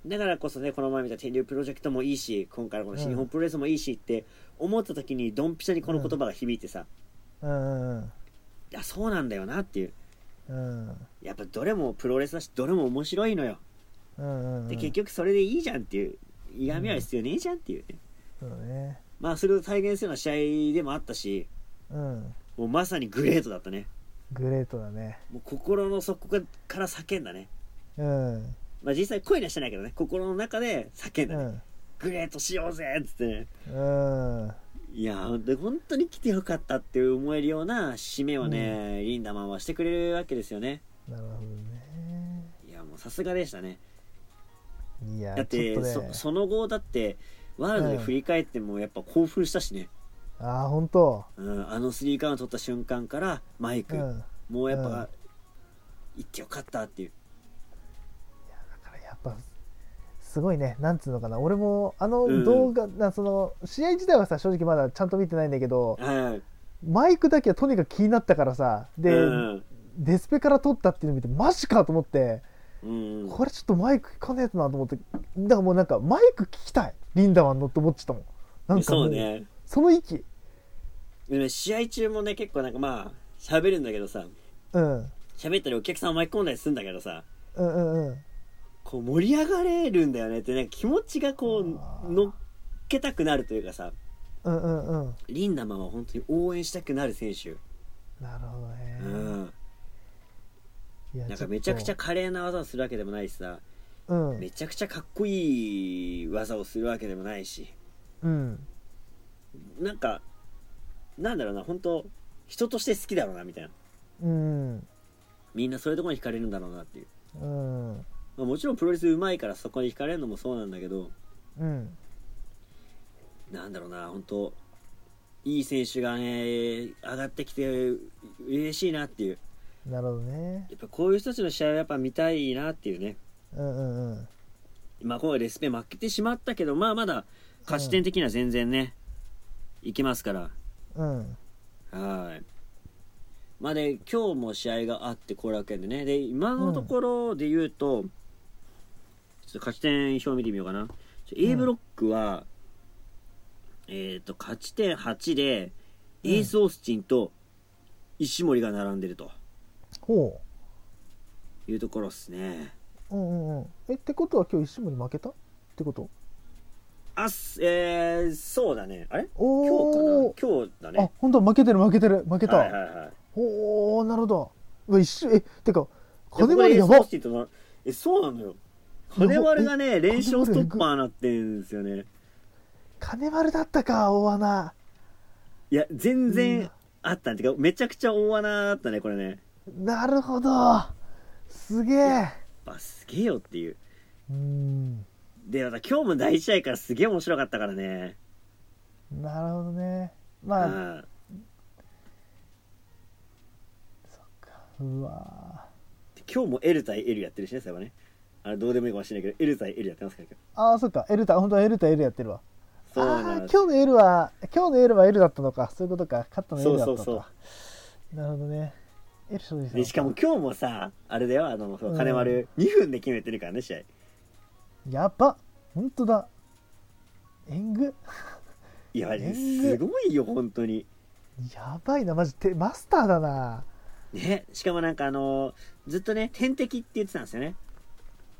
Speaker 2: だからこそねこの前見た天竜プロジェクトもいいし今回のこの新日本プロレスもいいしって思った時にドンピシャにこの言葉が響いてさ、
Speaker 1: うんうん
Speaker 2: いやそうなんだよなっていう
Speaker 1: うん
Speaker 2: やっぱどれもプロレスだしどれも面白いのよ
Speaker 1: うんうん
Speaker 2: で結局それでいいじゃんっていう嫌味は必要ねえじゃんっていうね、
Speaker 1: そうだね
Speaker 2: まあそれを体現するような試合でもあったし
Speaker 1: うん
Speaker 2: もうまさにグレートだったね
Speaker 1: グレートだね
Speaker 2: もう心の底から叫んだね
Speaker 1: うん
Speaker 2: まあ実際声にはしてないけどね心の中で叫ん
Speaker 1: う
Speaker 2: だね、
Speaker 1: ん
Speaker 2: グレートしようぜっつってね
Speaker 1: うん
Speaker 2: いやーで本当に来てよかったって思えるような締めをね、リンダマンはしてくれるわけですよね
Speaker 1: なるほどね
Speaker 2: いやもうさすがでしたね
Speaker 1: いや
Speaker 2: だっ
Speaker 1: ち
Speaker 2: て
Speaker 1: ょっとね
Speaker 2: そその後だってワールドで振り返ってもやっぱ興奮したしね、
Speaker 1: ああ本当
Speaker 2: うん、あのスリーカウント取った瞬間からマイ
Speaker 1: う
Speaker 2: ク、
Speaker 1: んいやだ
Speaker 2: もうやっぱ、
Speaker 1: うん
Speaker 2: 行ってよかったっていう
Speaker 1: からやっぱすごいねなんつうのかな俺もあの動画、なその試合自体はさ正直まだちゃんと見てないんだけど
Speaker 2: はい
Speaker 1: マイクだけはとにかく気になったからさで、
Speaker 2: うん
Speaker 1: デスペから撮ったっていうの見てマジかと思って
Speaker 2: うん、
Speaker 1: これちょっとマイク聞かねえとなと思ってだからもうなんかマイク聞きたいリンダマンのって思っちゃったもんなんかも
Speaker 2: そううね
Speaker 1: その息
Speaker 2: でね試合中もね結構なんかまあ喋るんだけどさ
Speaker 1: うんうん
Speaker 2: 喋ったりお客さんを巻き込んだりするんだけどさ
Speaker 1: うんうん
Speaker 2: こう盛り上がれるんだよねってなんか気持ちがこ
Speaker 1: あ
Speaker 2: う
Speaker 1: ー
Speaker 2: 乗っけたくなるというかさ
Speaker 1: うんうんうん
Speaker 2: リンダマンは本当に応援したくなる選手、
Speaker 1: なるほどね
Speaker 2: う、ん、
Speaker 1: いや
Speaker 2: な
Speaker 1: ちょ
Speaker 2: んか
Speaker 1: っと
Speaker 2: めちゃくちゃ華麗な技をするわけでもないしさ
Speaker 1: うん
Speaker 2: めちゃくちゃかっこいい技をするわけでもないし
Speaker 1: うん
Speaker 2: なんかなんだろうな本当人として好きだろうなみたいな
Speaker 1: うん
Speaker 2: みんなそういうところに惹かれるんだろうなってい
Speaker 1: う
Speaker 2: う、
Speaker 1: ん
Speaker 2: まあ、もちろんプロレス上手いからそこに惹かれるのもそうなんだけど
Speaker 1: うん
Speaker 2: なんだろうな本当いい選手がね上がってきて嬉しいなっていう
Speaker 1: なるほどね
Speaker 2: やっぱこういう人たちの試合はやっぱ見たいなっていうね
Speaker 1: うんうんうん
Speaker 2: まあ今回レスペ負けてしまったけどまあまだ勝ち点的には全然ね、いけますから
Speaker 1: うん
Speaker 2: はい。まあね、今日も試合があって、後楽園でね。で、今のところで言うと、ちょっと勝ち点表見てみようかな。ちょ A
Speaker 1: うん
Speaker 2: ブロックは、えっ、と、勝ち点8で、エース・オースチンと石森が並んでると
Speaker 1: ほ
Speaker 2: いうところですね。
Speaker 1: ううんうんうんえってことは今日石森負けたってこと
Speaker 2: あっす、えー、そうだね。あれ今日か
Speaker 1: お
Speaker 2: な
Speaker 1: お
Speaker 2: 今日だ
Speaker 1: あ
Speaker 2: ね。
Speaker 1: 本当負けてる負けてる負けた、
Speaker 2: はいはいはい。
Speaker 1: おおなるほどうわ一瞬えてか
Speaker 2: で
Speaker 1: 金丸やば
Speaker 2: ここでエースオースチンとなえ、そうなのよ。金丸がね、連勝ストッパーになってるんですよね。
Speaker 1: 金丸だったか大穴
Speaker 2: いや、全
Speaker 1: う
Speaker 2: 然
Speaker 1: ん
Speaker 2: あったんてか、めちゃくちゃ大穴だったね、これね。やっ
Speaker 1: なるほどすげえ
Speaker 2: ぱすげえよっていう。
Speaker 1: うーん
Speaker 2: で、また今日も第一試合からすげえ面白かったからね。
Speaker 1: なるほどね
Speaker 2: う
Speaker 1: まあ
Speaker 2: ん。
Speaker 1: うわ
Speaker 2: で今日も L 対 L やってるしね、最後ね。あれ、どうでもいいかもしれないけど、L 対 L やってますから、今
Speaker 1: ーあーそっかエルタ本当はエルタエルやってるわ
Speaker 2: 日そうな
Speaker 1: ああ
Speaker 2: ん
Speaker 1: ー
Speaker 2: です。
Speaker 1: 今日のエルは今日のエルはエルだったのかそういうことか勝ったのエルだったのか
Speaker 2: そうそう
Speaker 1: なるほどねエル勝利したの
Speaker 2: で、しかも今日もさ、あれだよ、あの、そう
Speaker 1: うん
Speaker 2: 金丸、2分で決めてるからね、試合。
Speaker 1: やば本当だ援軍
Speaker 2: いや、
Speaker 1: 全然
Speaker 2: すごいよ、本当に。
Speaker 1: やばいなマジでマスターだな
Speaker 2: ね、しかもなんかあの、ずっとね、天敵って言ってたんですよね。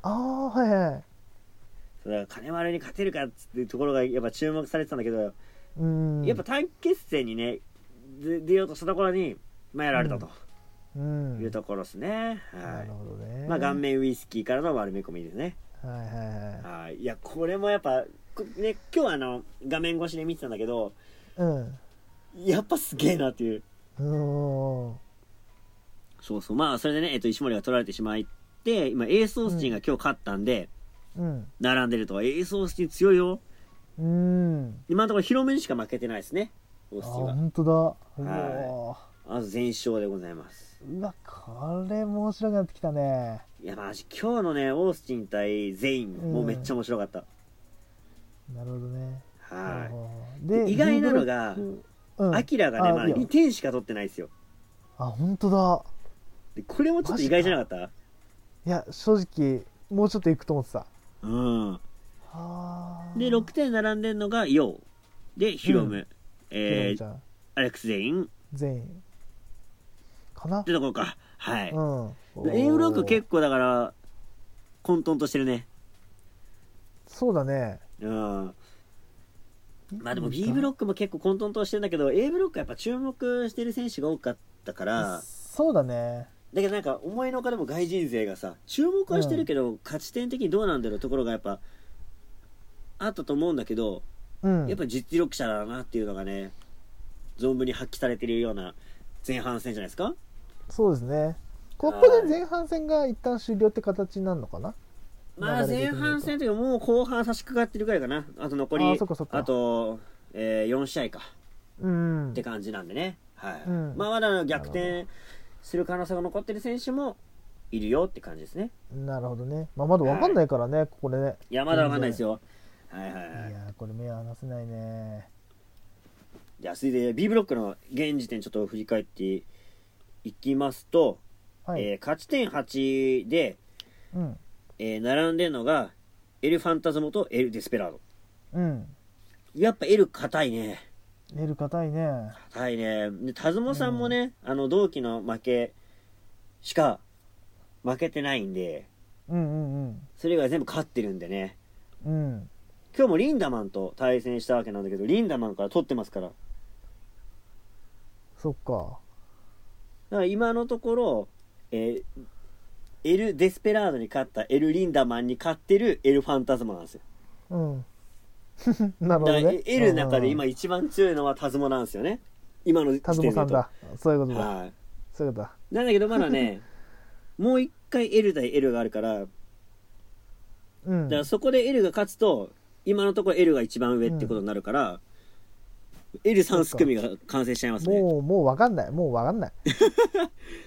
Speaker 1: ああはいはい
Speaker 2: だから金丸に勝てるかっつっていうところが、やっぱ注目されてたんだけど、
Speaker 1: うーん
Speaker 2: やっぱ短期決戦にねで出ようとしたところに、まあ、やられたと
Speaker 1: うん
Speaker 2: いうところですね、は
Speaker 1: ないるほどね
Speaker 2: まあ、顔面ウイスキーからの丸め込みですね、
Speaker 1: はいはいは
Speaker 2: はいいやこれもやっぱこね今日はあの画面越しで見てたんだけど
Speaker 1: いうん
Speaker 2: やっぱすげえなっていう
Speaker 1: うん
Speaker 2: そうそうまあそれでね、えっと、石森が取られてしまいって今エース・オースティンが今日勝ったんで、
Speaker 1: うん
Speaker 2: 並んでるとエース・オースティン強いよ
Speaker 1: うん
Speaker 2: 今のところ広めにしか負けてないですねオー
Speaker 1: あ
Speaker 2: スティンは
Speaker 1: 本当だうわ
Speaker 2: あと全勝でございます
Speaker 1: うわこれ面白くなってきたね
Speaker 2: いやマジ今日のねオースティン対ゼインもうめっちゃ面白かった、
Speaker 1: なるほどね
Speaker 2: はい
Speaker 1: いで
Speaker 2: 意外なのが
Speaker 1: リードロックうん
Speaker 2: アキラがね、
Speaker 1: あ
Speaker 2: まだ
Speaker 1: いいよ
Speaker 2: 2点しか取ってないですよ。
Speaker 1: あ本当だ
Speaker 2: で、これもちょっと意外じゃなかった
Speaker 1: いや正直もうちょっといくと思ってた
Speaker 2: うん。
Speaker 1: はー
Speaker 2: で、6点並んでるのが、ヨウ。で、ヒロム。
Speaker 1: うん
Speaker 2: え
Speaker 1: ヒロミち
Speaker 2: ー、
Speaker 1: ゃん
Speaker 2: アレックス・ゼイン。っ
Speaker 1: 全員かな
Speaker 2: てところか。はい、
Speaker 1: うん。
Speaker 2: エウロック結構だから混沌としてるね
Speaker 1: そうだね。
Speaker 2: うんまあでも B ブロックも結構混沌としてるんだけど A ブロックはやっぱ注目してる選手が多かったから
Speaker 1: そうだね。
Speaker 2: だけどなんか思いのほかでも外人勢がさ注目はしてるけど、勝ち点的にどうなんだろうところがやっぱあったと思うんだけど、
Speaker 1: うん。
Speaker 2: やっぱ実力者だなっていうのがね存分に発揮されてるような前半戦じゃないですか
Speaker 1: そうですね。ここで前半戦が一旦終了って形になるのかな
Speaker 2: まあ
Speaker 1: 流れ的に言
Speaker 2: 前
Speaker 1: うと
Speaker 2: 半戦というかもう後半差し掛かってるぐらいかなあと残り
Speaker 1: あ
Speaker 2: あ
Speaker 1: ーそっかそっか
Speaker 2: と、え4試合か
Speaker 1: うん。
Speaker 2: って感じなんでね、はい
Speaker 1: うん
Speaker 2: まあまだ逆転する可能性が残ってる選手もいるよって感じですね
Speaker 1: なるほどね。まあ、まだわかんないからね、ここでね。
Speaker 2: いやまだわかんないですよはいはい
Speaker 1: い
Speaker 2: はい
Speaker 1: やーこれ目は離せないね。
Speaker 2: じゃあ続いて B ブロックの現時点ちょっと振り返っていきますと、
Speaker 1: はい。
Speaker 2: えー勝ち点8で、
Speaker 1: うん。
Speaker 2: えー並んでるのがエル・ファンタズモとエル・デスペラード
Speaker 1: うん。
Speaker 2: やっぱエル硬いね
Speaker 1: 寝る硬いね。
Speaker 2: 硬いねでタズモさんもね、あの同期の負けしか負けてないんで
Speaker 1: うんうん
Speaker 2: それ以外全部勝ってるんでね
Speaker 1: うん。うん。
Speaker 2: 今日もリンダマンと対戦したわけなんだけどリンダマンから取ってますからだ
Speaker 1: そっか。
Speaker 2: から今のところ、えーエル・デスペラードに勝ったエル・リンダマンに勝ってるエル・ファンタズマなんですよ
Speaker 1: うん。 [LAUGHS] なるほ
Speaker 2: だか
Speaker 1: ど
Speaker 2: ら
Speaker 1: ね。
Speaker 2: エルの中で今
Speaker 1: うん、
Speaker 2: 一番強いのはタズモなんですよね今の時
Speaker 1: 田
Speaker 2: 点で
Speaker 1: ズ
Speaker 2: 言
Speaker 1: モ
Speaker 2: うと
Speaker 1: さんだ。そういうことだ。
Speaker 2: はい
Speaker 1: そういうことだ。
Speaker 2: なんだけどまだ
Speaker 1: [LAUGHS]
Speaker 2: ねもう一回エル対エルがあるからだか
Speaker 1: うん。
Speaker 2: らそこでエルが勝つと今のところエルが一番上ってことになるから、エル3す組が完成しちゃいますね
Speaker 1: もう、もうわかんない。もうわか
Speaker 2: [LAUGHS]
Speaker 1: んない。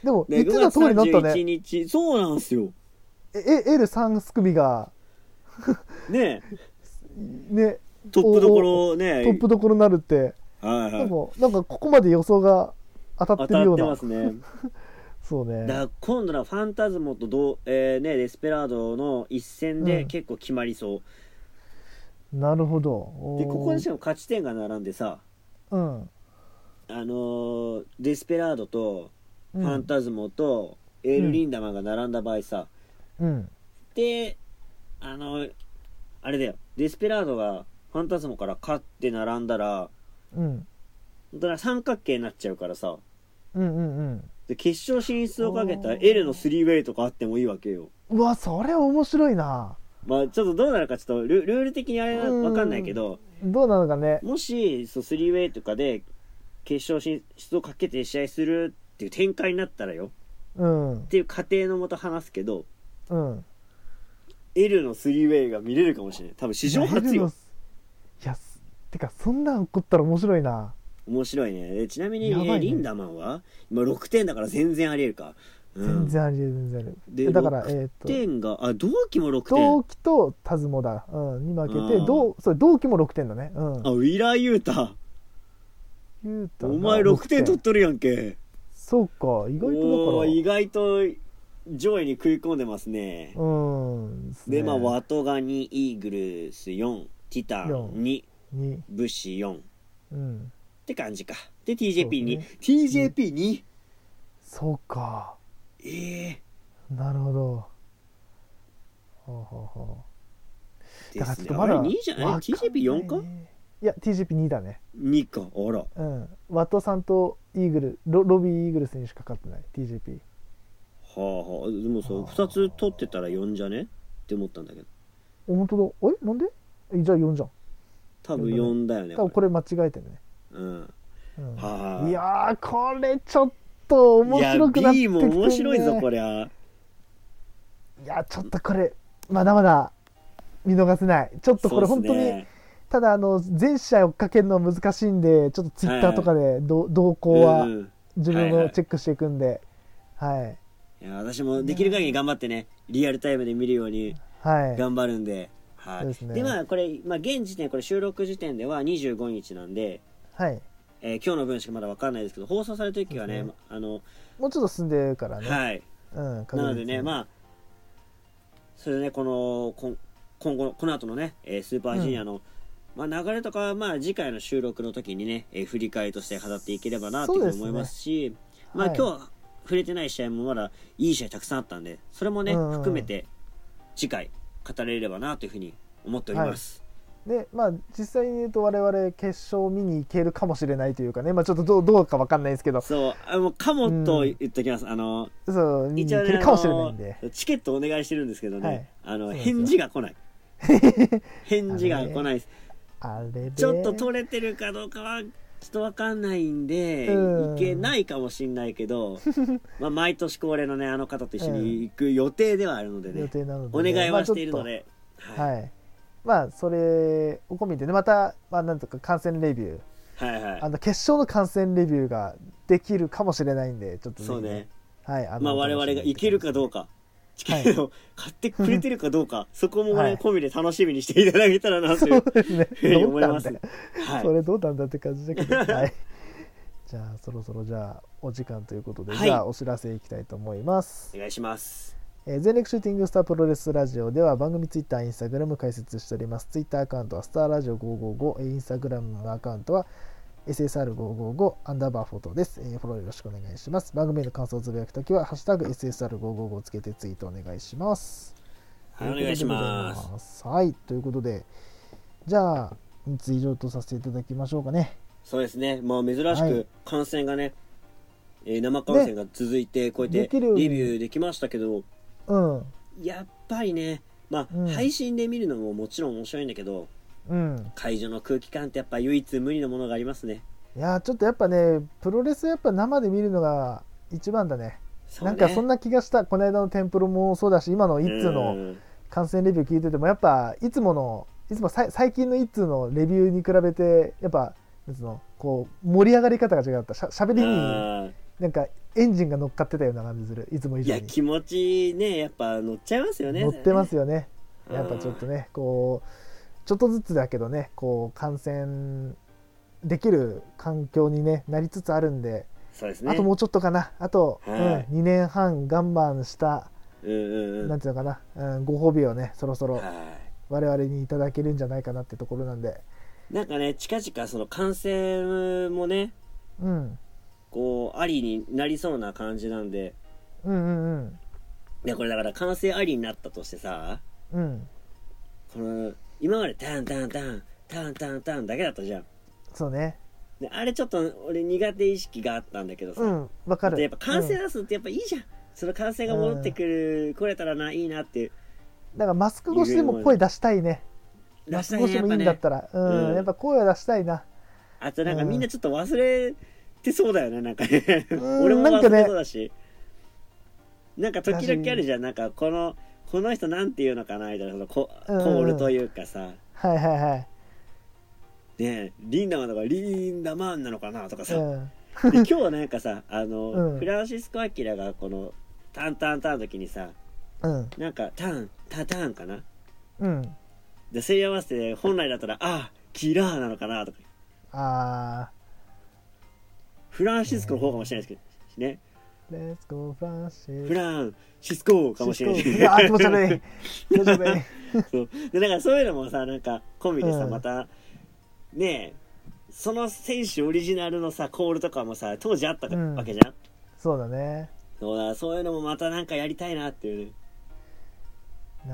Speaker 1: でも、
Speaker 2: で
Speaker 1: 言ってた通りだった
Speaker 2: 5月31
Speaker 1: ね。
Speaker 2: 日そうなんですよ
Speaker 1: え、え、L3 スクビが、
Speaker 2: ね
Speaker 1: ね、
Speaker 2: トップどころをね
Speaker 1: トップどころになるって、
Speaker 2: はいは
Speaker 1: で
Speaker 2: い
Speaker 1: も、なんかここまで予想が当た
Speaker 2: 当
Speaker 1: ってるよ
Speaker 2: たっ
Speaker 1: う
Speaker 2: て
Speaker 1: な
Speaker 2: ま。すね
Speaker 1: そう
Speaker 2: だか
Speaker 1: ね。
Speaker 2: ら今度のファンタズモとどう、えーね、デスペラードの一戦
Speaker 1: う
Speaker 2: で
Speaker 1: ん
Speaker 2: 結構決まりそう、
Speaker 1: なるほど。
Speaker 2: でここでし
Speaker 1: ょ
Speaker 2: かも勝ち点が並んでさ
Speaker 1: うん。
Speaker 2: あのーデスペラードと
Speaker 1: う
Speaker 2: ファン
Speaker 1: ん。
Speaker 2: タズモとエール・リンダマンが並んだ場合さ、
Speaker 1: うん。
Speaker 2: であのーあれだよデスペラードがファンタズモから勝って並んだら
Speaker 1: うん。
Speaker 2: だから三角形になっちゃうからさ
Speaker 1: うんうんうん。
Speaker 2: で決勝進出をかけた L の3ウェイとかあってもいいわけよ
Speaker 1: うわ、それ面白いな。
Speaker 2: まあちょっとどうなるかちょっとルルール的にあれは
Speaker 1: うん
Speaker 2: わかんないけど
Speaker 1: どうなのかね。
Speaker 2: もしそう3ウェイとかで決勝進出をかけて試合するっていう展開になったらよ
Speaker 1: うん
Speaker 2: っ。ていう過程のもと話すけど
Speaker 1: うん。
Speaker 2: L の3ウェイが見れるかもしれない多分史上初
Speaker 1: いや
Speaker 2: よ。
Speaker 1: いや、すてか、そんなん起こったら面白いな。
Speaker 2: 面白いねでちなみに、
Speaker 1: やばいね
Speaker 2: リンダマンは今6点だから全然ありえるか、うん
Speaker 1: 全然ありえる、全然ありえ
Speaker 2: で
Speaker 1: る。だから、
Speaker 2: 六
Speaker 1: えっと。
Speaker 2: 点があ同期も6点
Speaker 1: 同期とタズモだ、うん、に負け
Speaker 2: う
Speaker 1: て
Speaker 2: ん
Speaker 1: 同それ同期も6点だね、うん
Speaker 2: あ、ウィラー・ユータ
Speaker 1: ゆうたが
Speaker 2: お前6点取っとるやんけ
Speaker 1: そうか意外と
Speaker 2: おー意
Speaker 1: だか
Speaker 2: 外と上位に食い込んでますね、
Speaker 1: らうんすね
Speaker 2: でまあワトガニイーグルス4ティタン
Speaker 1: 四
Speaker 2: 2
Speaker 1: に
Speaker 2: 武士4っ
Speaker 1: うん
Speaker 2: て感じかで TJP2、
Speaker 1: そうで
Speaker 2: TJP2
Speaker 1: そうか
Speaker 2: ええ
Speaker 1: なるほどほうほうほう
Speaker 2: で
Speaker 1: だから
Speaker 2: す
Speaker 1: ちょっ
Speaker 2: ね
Speaker 1: とま
Speaker 2: あれ
Speaker 1: だ
Speaker 2: 2じゃない
Speaker 1: わかんない
Speaker 2: TJP4 か
Speaker 1: いや TGP2 だね
Speaker 2: ?2 かあら
Speaker 1: うんワトさんとイーグルロロビーイーグルスにしか勝ってない TGP
Speaker 2: はあはあでもそう
Speaker 1: はあ
Speaker 2: 2つ取ってたら4じゃねって思ったんだけど
Speaker 1: お本当だえなんでえじゃあ4じゃん
Speaker 2: 多分4だよね
Speaker 1: 多分これ間違えてるね、
Speaker 2: うん
Speaker 1: うん、
Speaker 2: はあ
Speaker 1: いやーこれちょっと面白くなって
Speaker 2: い
Speaker 1: き
Speaker 2: や
Speaker 1: て
Speaker 2: B
Speaker 1: る
Speaker 2: も
Speaker 1: ね
Speaker 2: 面白いぞこりゃ
Speaker 1: いやちょっとこれまだまだ見逃せないちょっとこれ
Speaker 2: そう
Speaker 1: 本
Speaker 2: っす
Speaker 1: 当に、
Speaker 2: ね
Speaker 1: ただあの全試合追っかけるのは難しいんでちょっとツイッターとかでど、動向は
Speaker 2: うん
Speaker 1: 自分
Speaker 2: はいは
Speaker 1: の
Speaker 2: い
Speaker 1: チェックしていくんではい
Speaker 2: いや私もできる限り頑張ってねリアルタイムで見るように
Speaker 1: はい、
Speaker 2: 頑張るんで、はい
Speaker 1: そうで
Speaker 2: で
Speaker 1: すね
Speaker 2: まあこれ、まあ、現時点これ収録時点では25日なんで、
Speaker 1: はい、
Speaker 2: えー今日の分しかまだ分かんないですけど放送された時はね
Speaker 1: そうで
Speaker 2: あの
Speaker 1: もうちょっと進んでるからね、
Speaker 2: はい
Speaker 1: うん
Speaker 2: なのでね、
Speaker 1: あ
Speaker 2: まあ、それでね、この、こん今後、この後のね、えースーパージュニアの、まあ、流れとかは、まあ、次回の収録の時にね、えー振り返りとして語っていければなと
Speaker 1: そうですね
Speaker 2: 思いますし、まあ、
Speaker 1: はい
Speaker 2: 今日、触れてない試合もまだいい試合たくさんあったんでそれもね、
Speaker 1: うんうんうん
Speaker 2: 含めて次回語れればなというふうに思っております、
Speaker 1: でまあ実際に言うと我々決勝見に行けるかもしれないというかねまあちょっとどうどうかわかんないですけど
Speaker 2: そうあもうかもと言っときます、あの
Speaker 1: そう見に
Speaker 2: 一応
Speaker 1: 行け
Speaker 2: ね
Speaker 1: るかもしれないんで
Speaker 2: あのチケットお願いしてるんですけどね、
Speaker 1: はい
Speaker 2: あの
Speaker 1: そうですよ
Speaker 2: 返事が来
Speaker 1: [LAUGHS]
Speaker 2: ない返事が来ないです
Speaker 1: あれで
Speaker 2: ちょっと取れてるかどうかはちょっとわかんないんで、
Speaker 1: うん
Speaker 2: いけないかもしんない
Speaker 1: [LAUGHS]
Speaker 2: けどまあ毎年恒例のねあの方と一緒に行く予定ではあるのでね、
Speaker 1: 予定なので
Speaker 2: お
Speaker 1: ね、
Speaker 2: 願いはしているの
Speaker 1: まあち
Speaker 2: で、
Speaker 1: ょっとはいまあそれを込みでねまた、まあ、なんとか観戦レビュー
Speaker 2: はい、はいはい
Speaker 1: あの決勝の観戦レビューができるかもしれないんでちょっとぜひ
Speaker 2: そうね
Speaker 1: はいあ
Speaker 2: まあ我々がいけるかどう
Speaker 1: か
Speaker 2: かチケットを買ってくれてるかどうか、そこもね、
Speaker 1: はい
Speaker 2: 込みで楽しみにしていただけたらなとい
Speaker 1: [LAUGHS]
Speaker 2: う
Speaker 1: そうですね
Speaker 2: ふうに
Speaker 1: ど
Speaker 2: [LAUGHS] 思
Speaker 1: う
Speaker 2: い
Speaker 1: な
Speaker 2: ま
Speaker 1: ん
Speaker 2: す
Speaker 1: だよ
Speaker 2: はい
Speaker 1: それどうなんだって感じだけど、
Speaker 2: [LAUGHS]
Speaker 1: はい、じゃあそろそろじゃあお時間ということで、
Speaker 2: はい
Speaker 1: じゃあお知らせいきたいと思います
Speaker 2: お願いします
Speaker 1: えー全力シューティングスタープロレスラジオでは番組ツイッター、インスタグラム解説しております。ツイッターアカウントはスターラジオ555、えーインスタグラムのアカウントは SSR555 アンダーバーフォトです、えーフォローよろしくお願いします。番組への感想をつぶやくときは、ハッシュタグ SSR555 をつけてツイートお願いします。
Speaker 2: はいお願いします
Speaker 1: ということでございます。はい、ということで、じゃあ、3つ以上とさせていただきましょうかね。
Speaker 2: そうですねまあ珍し
Speaker 1: はい
Speaker 2: く感染がね、えー生感染が続いてこうやって
Speaker 1: でき
Speaker 2: レ
Speaker 1: るように
Speaker 2: ビューできましたけど
Speaker 1: うん、
Speaker 2: やっぱりねまあ、
Speaker 1: うん
Speaker 2: 配信で見るのももちろん面白いんだけど
Speaker 1: うん。
Speaker 2: 会場の空気感ってやっぱ唯一無二のものがありますね
Speaker 1: いやー、ちょっとやっぱね、プロレスやっぱ生で見るのが一番だね。
Speaker 2: そう
Speaker 1: な
Speaker 2: ね
Speaker 1: んかそんな気がしたこの間のテンプロもそうだし今の一通
Speaker 2: う
Speaker 1: の
Speaker 2: ん
Speaker 1: 感染レビュー聞いててもやっぱいつものいつもさい最近の一通のレビューに比べてやっぱなんつうのこう盛り上がり方が違ったしゃしゃべりに
Speaker 2: あー
Speaker 1: なんかエンジンが乗っかってたような感じするいつも以
Speaker 2: い
Speaker 1: 上
Speaker 2: や
Speaker 1: に
Speaker 2: 気持ちねやっぱ乗っちゃいますよね
Speaker 1: 乗ってます
Speaker 2: よ
Speaker 1: よねやっぱちょっとねこうちょっとずつだけどねこう感染できる環境に、ね、なりつつあるんで、
Speaker 2: そうですね
Speaker 1: あともうちょっとかなあと、
Speaker 2: はい
Speaker 1: うん、2年半我慢した
Speaker 2: うんうんう
Speaker 1: なん
Speaker 2: ん
Speaker 1: ていうのかな、うん、ご褒美をねそろそろ
Speaker 2: は
Speaker 1: 我々にいただけるんじゃないかなってところなんで
Speaker 2: いなんかね近々その感染もね
Speaker 1: うん
Speaker 2: こうありになりそうな感じなんで
Speaker 1: うんうん
Speaker 2: いやこれだから完成ありになったとしてさ
Speaker 1: うんうん
Speaker 2: この今までタンタンタンタンタンタンだけだったじゃん
Speaker 1: そうね
Speaker 2: であれちょっと俺苦手意識があったんだけどさ、
Speaker 1: うんわか
Speaker 2: で
Speaker 1: る
Speaker 2: やっぱ完成
Speaker 1: うん
Speaker 2: 出すってやっぱいいじゃん、その完成が戻ってくる、来れたらないいなっていう
Speaker 1: だからマスク越しでも声出したいねマ
Speaker 2: 出
Speaker 1: ス
Speaker 2: し
Speaker 1: ク
Speaker 2: た
Speaker 1: 越しでもいいんだ
Speaker 2: や
Speaker 1: っ
Speaker 2: っぱ
Speaker 1: たらうん、
Speaker 2: うん
Speaker 1: やっぱ声は出したいな
Speaker 2: あとなんか
Speaker 1: うん
Speaker 2: みんなちょっと忘れてそうだよねなんかね
Speaker 1: うん
Speaker 2: [LAUGHS] 俺も
Speaker 1: なん
Speaker 2: 忘
Speaker 1: かね
Speaker 2: れそうだしなんか時々あるじゃんなんかこのこの人なんていうのかなみたいなそのコ,、
Speaker 1: うんうん
Speaker 2: コールというかさ
Speaker 1: はいはいはい
Speaker 2: ねえリンダマンとかリンダマンなのかなとかさ、
Speaker 1: うん
Speaker 2: で今日はなんかさあの、
Speaker 1: うん
Speaker 2: フランシスコ・アキラがこの「タンタンタン」の時にさ
Speaker 1: うん
Speaker 2: なんか「タンタンタン」かな
Speaker 1: うん
Speaker 2: でそれ合わせて本来だったら「あキラー」なのかなとか
Speaker 1: あ
Speaker 2: フランシスコの方かもしれないですけどね
Speaker 1: ーレッツゴーフランシ
Speaker 2: フランシスコかもしれない
Speaker 1: いやー気持ち悪 [LAUGHS] い気持ち悪い
Speaker 2: そう [LAUGHS] でなんかそういうのもさなんかコンビでさ、
Speaker 1: うん
Speaker 2: またねえその選手オリジナルのさコールとかもさ当時あった
Speaker 1: うん
Speaker 2: わけじゃん、
Speaker 1: そうだね
Speaker 2: そうだそういうのもまたなんかやりたいなっていうね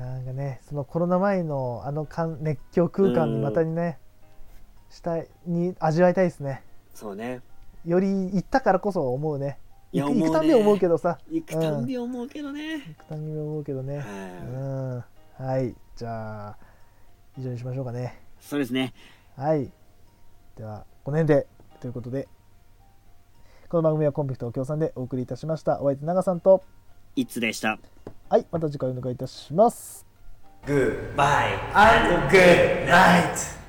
Speaker 1: なんかねそのコロナ前のあの感熱狂空間にまたにね、したいに味わいたいですね
Speaker 2: そうね
Speaker 1: より行ったからこそ思うね
Speaker 2: いや
Speaker 1: 行く
Speaker 2: 思う
Speaker 1: 行
Speaker 2: ね
Speaker 1: くたんび思うけどさ
Speaker 2: 行くたんび思うけどね、
Speaker 1: 行くたんび思うけどねう
Speaker 2: はい
Speaker 1: んはいじゃあ以上にしましょうかね
Speaker 2: そうですね
Speaker 1: はいではこの辺でということでこの番組はコンビクト協賛でお送りいたしましたお相手長さんと
Speaker 2: いつでした
Speaker 1: はいまた次回お願いいたします
Speaker 3: グッバイグッナイト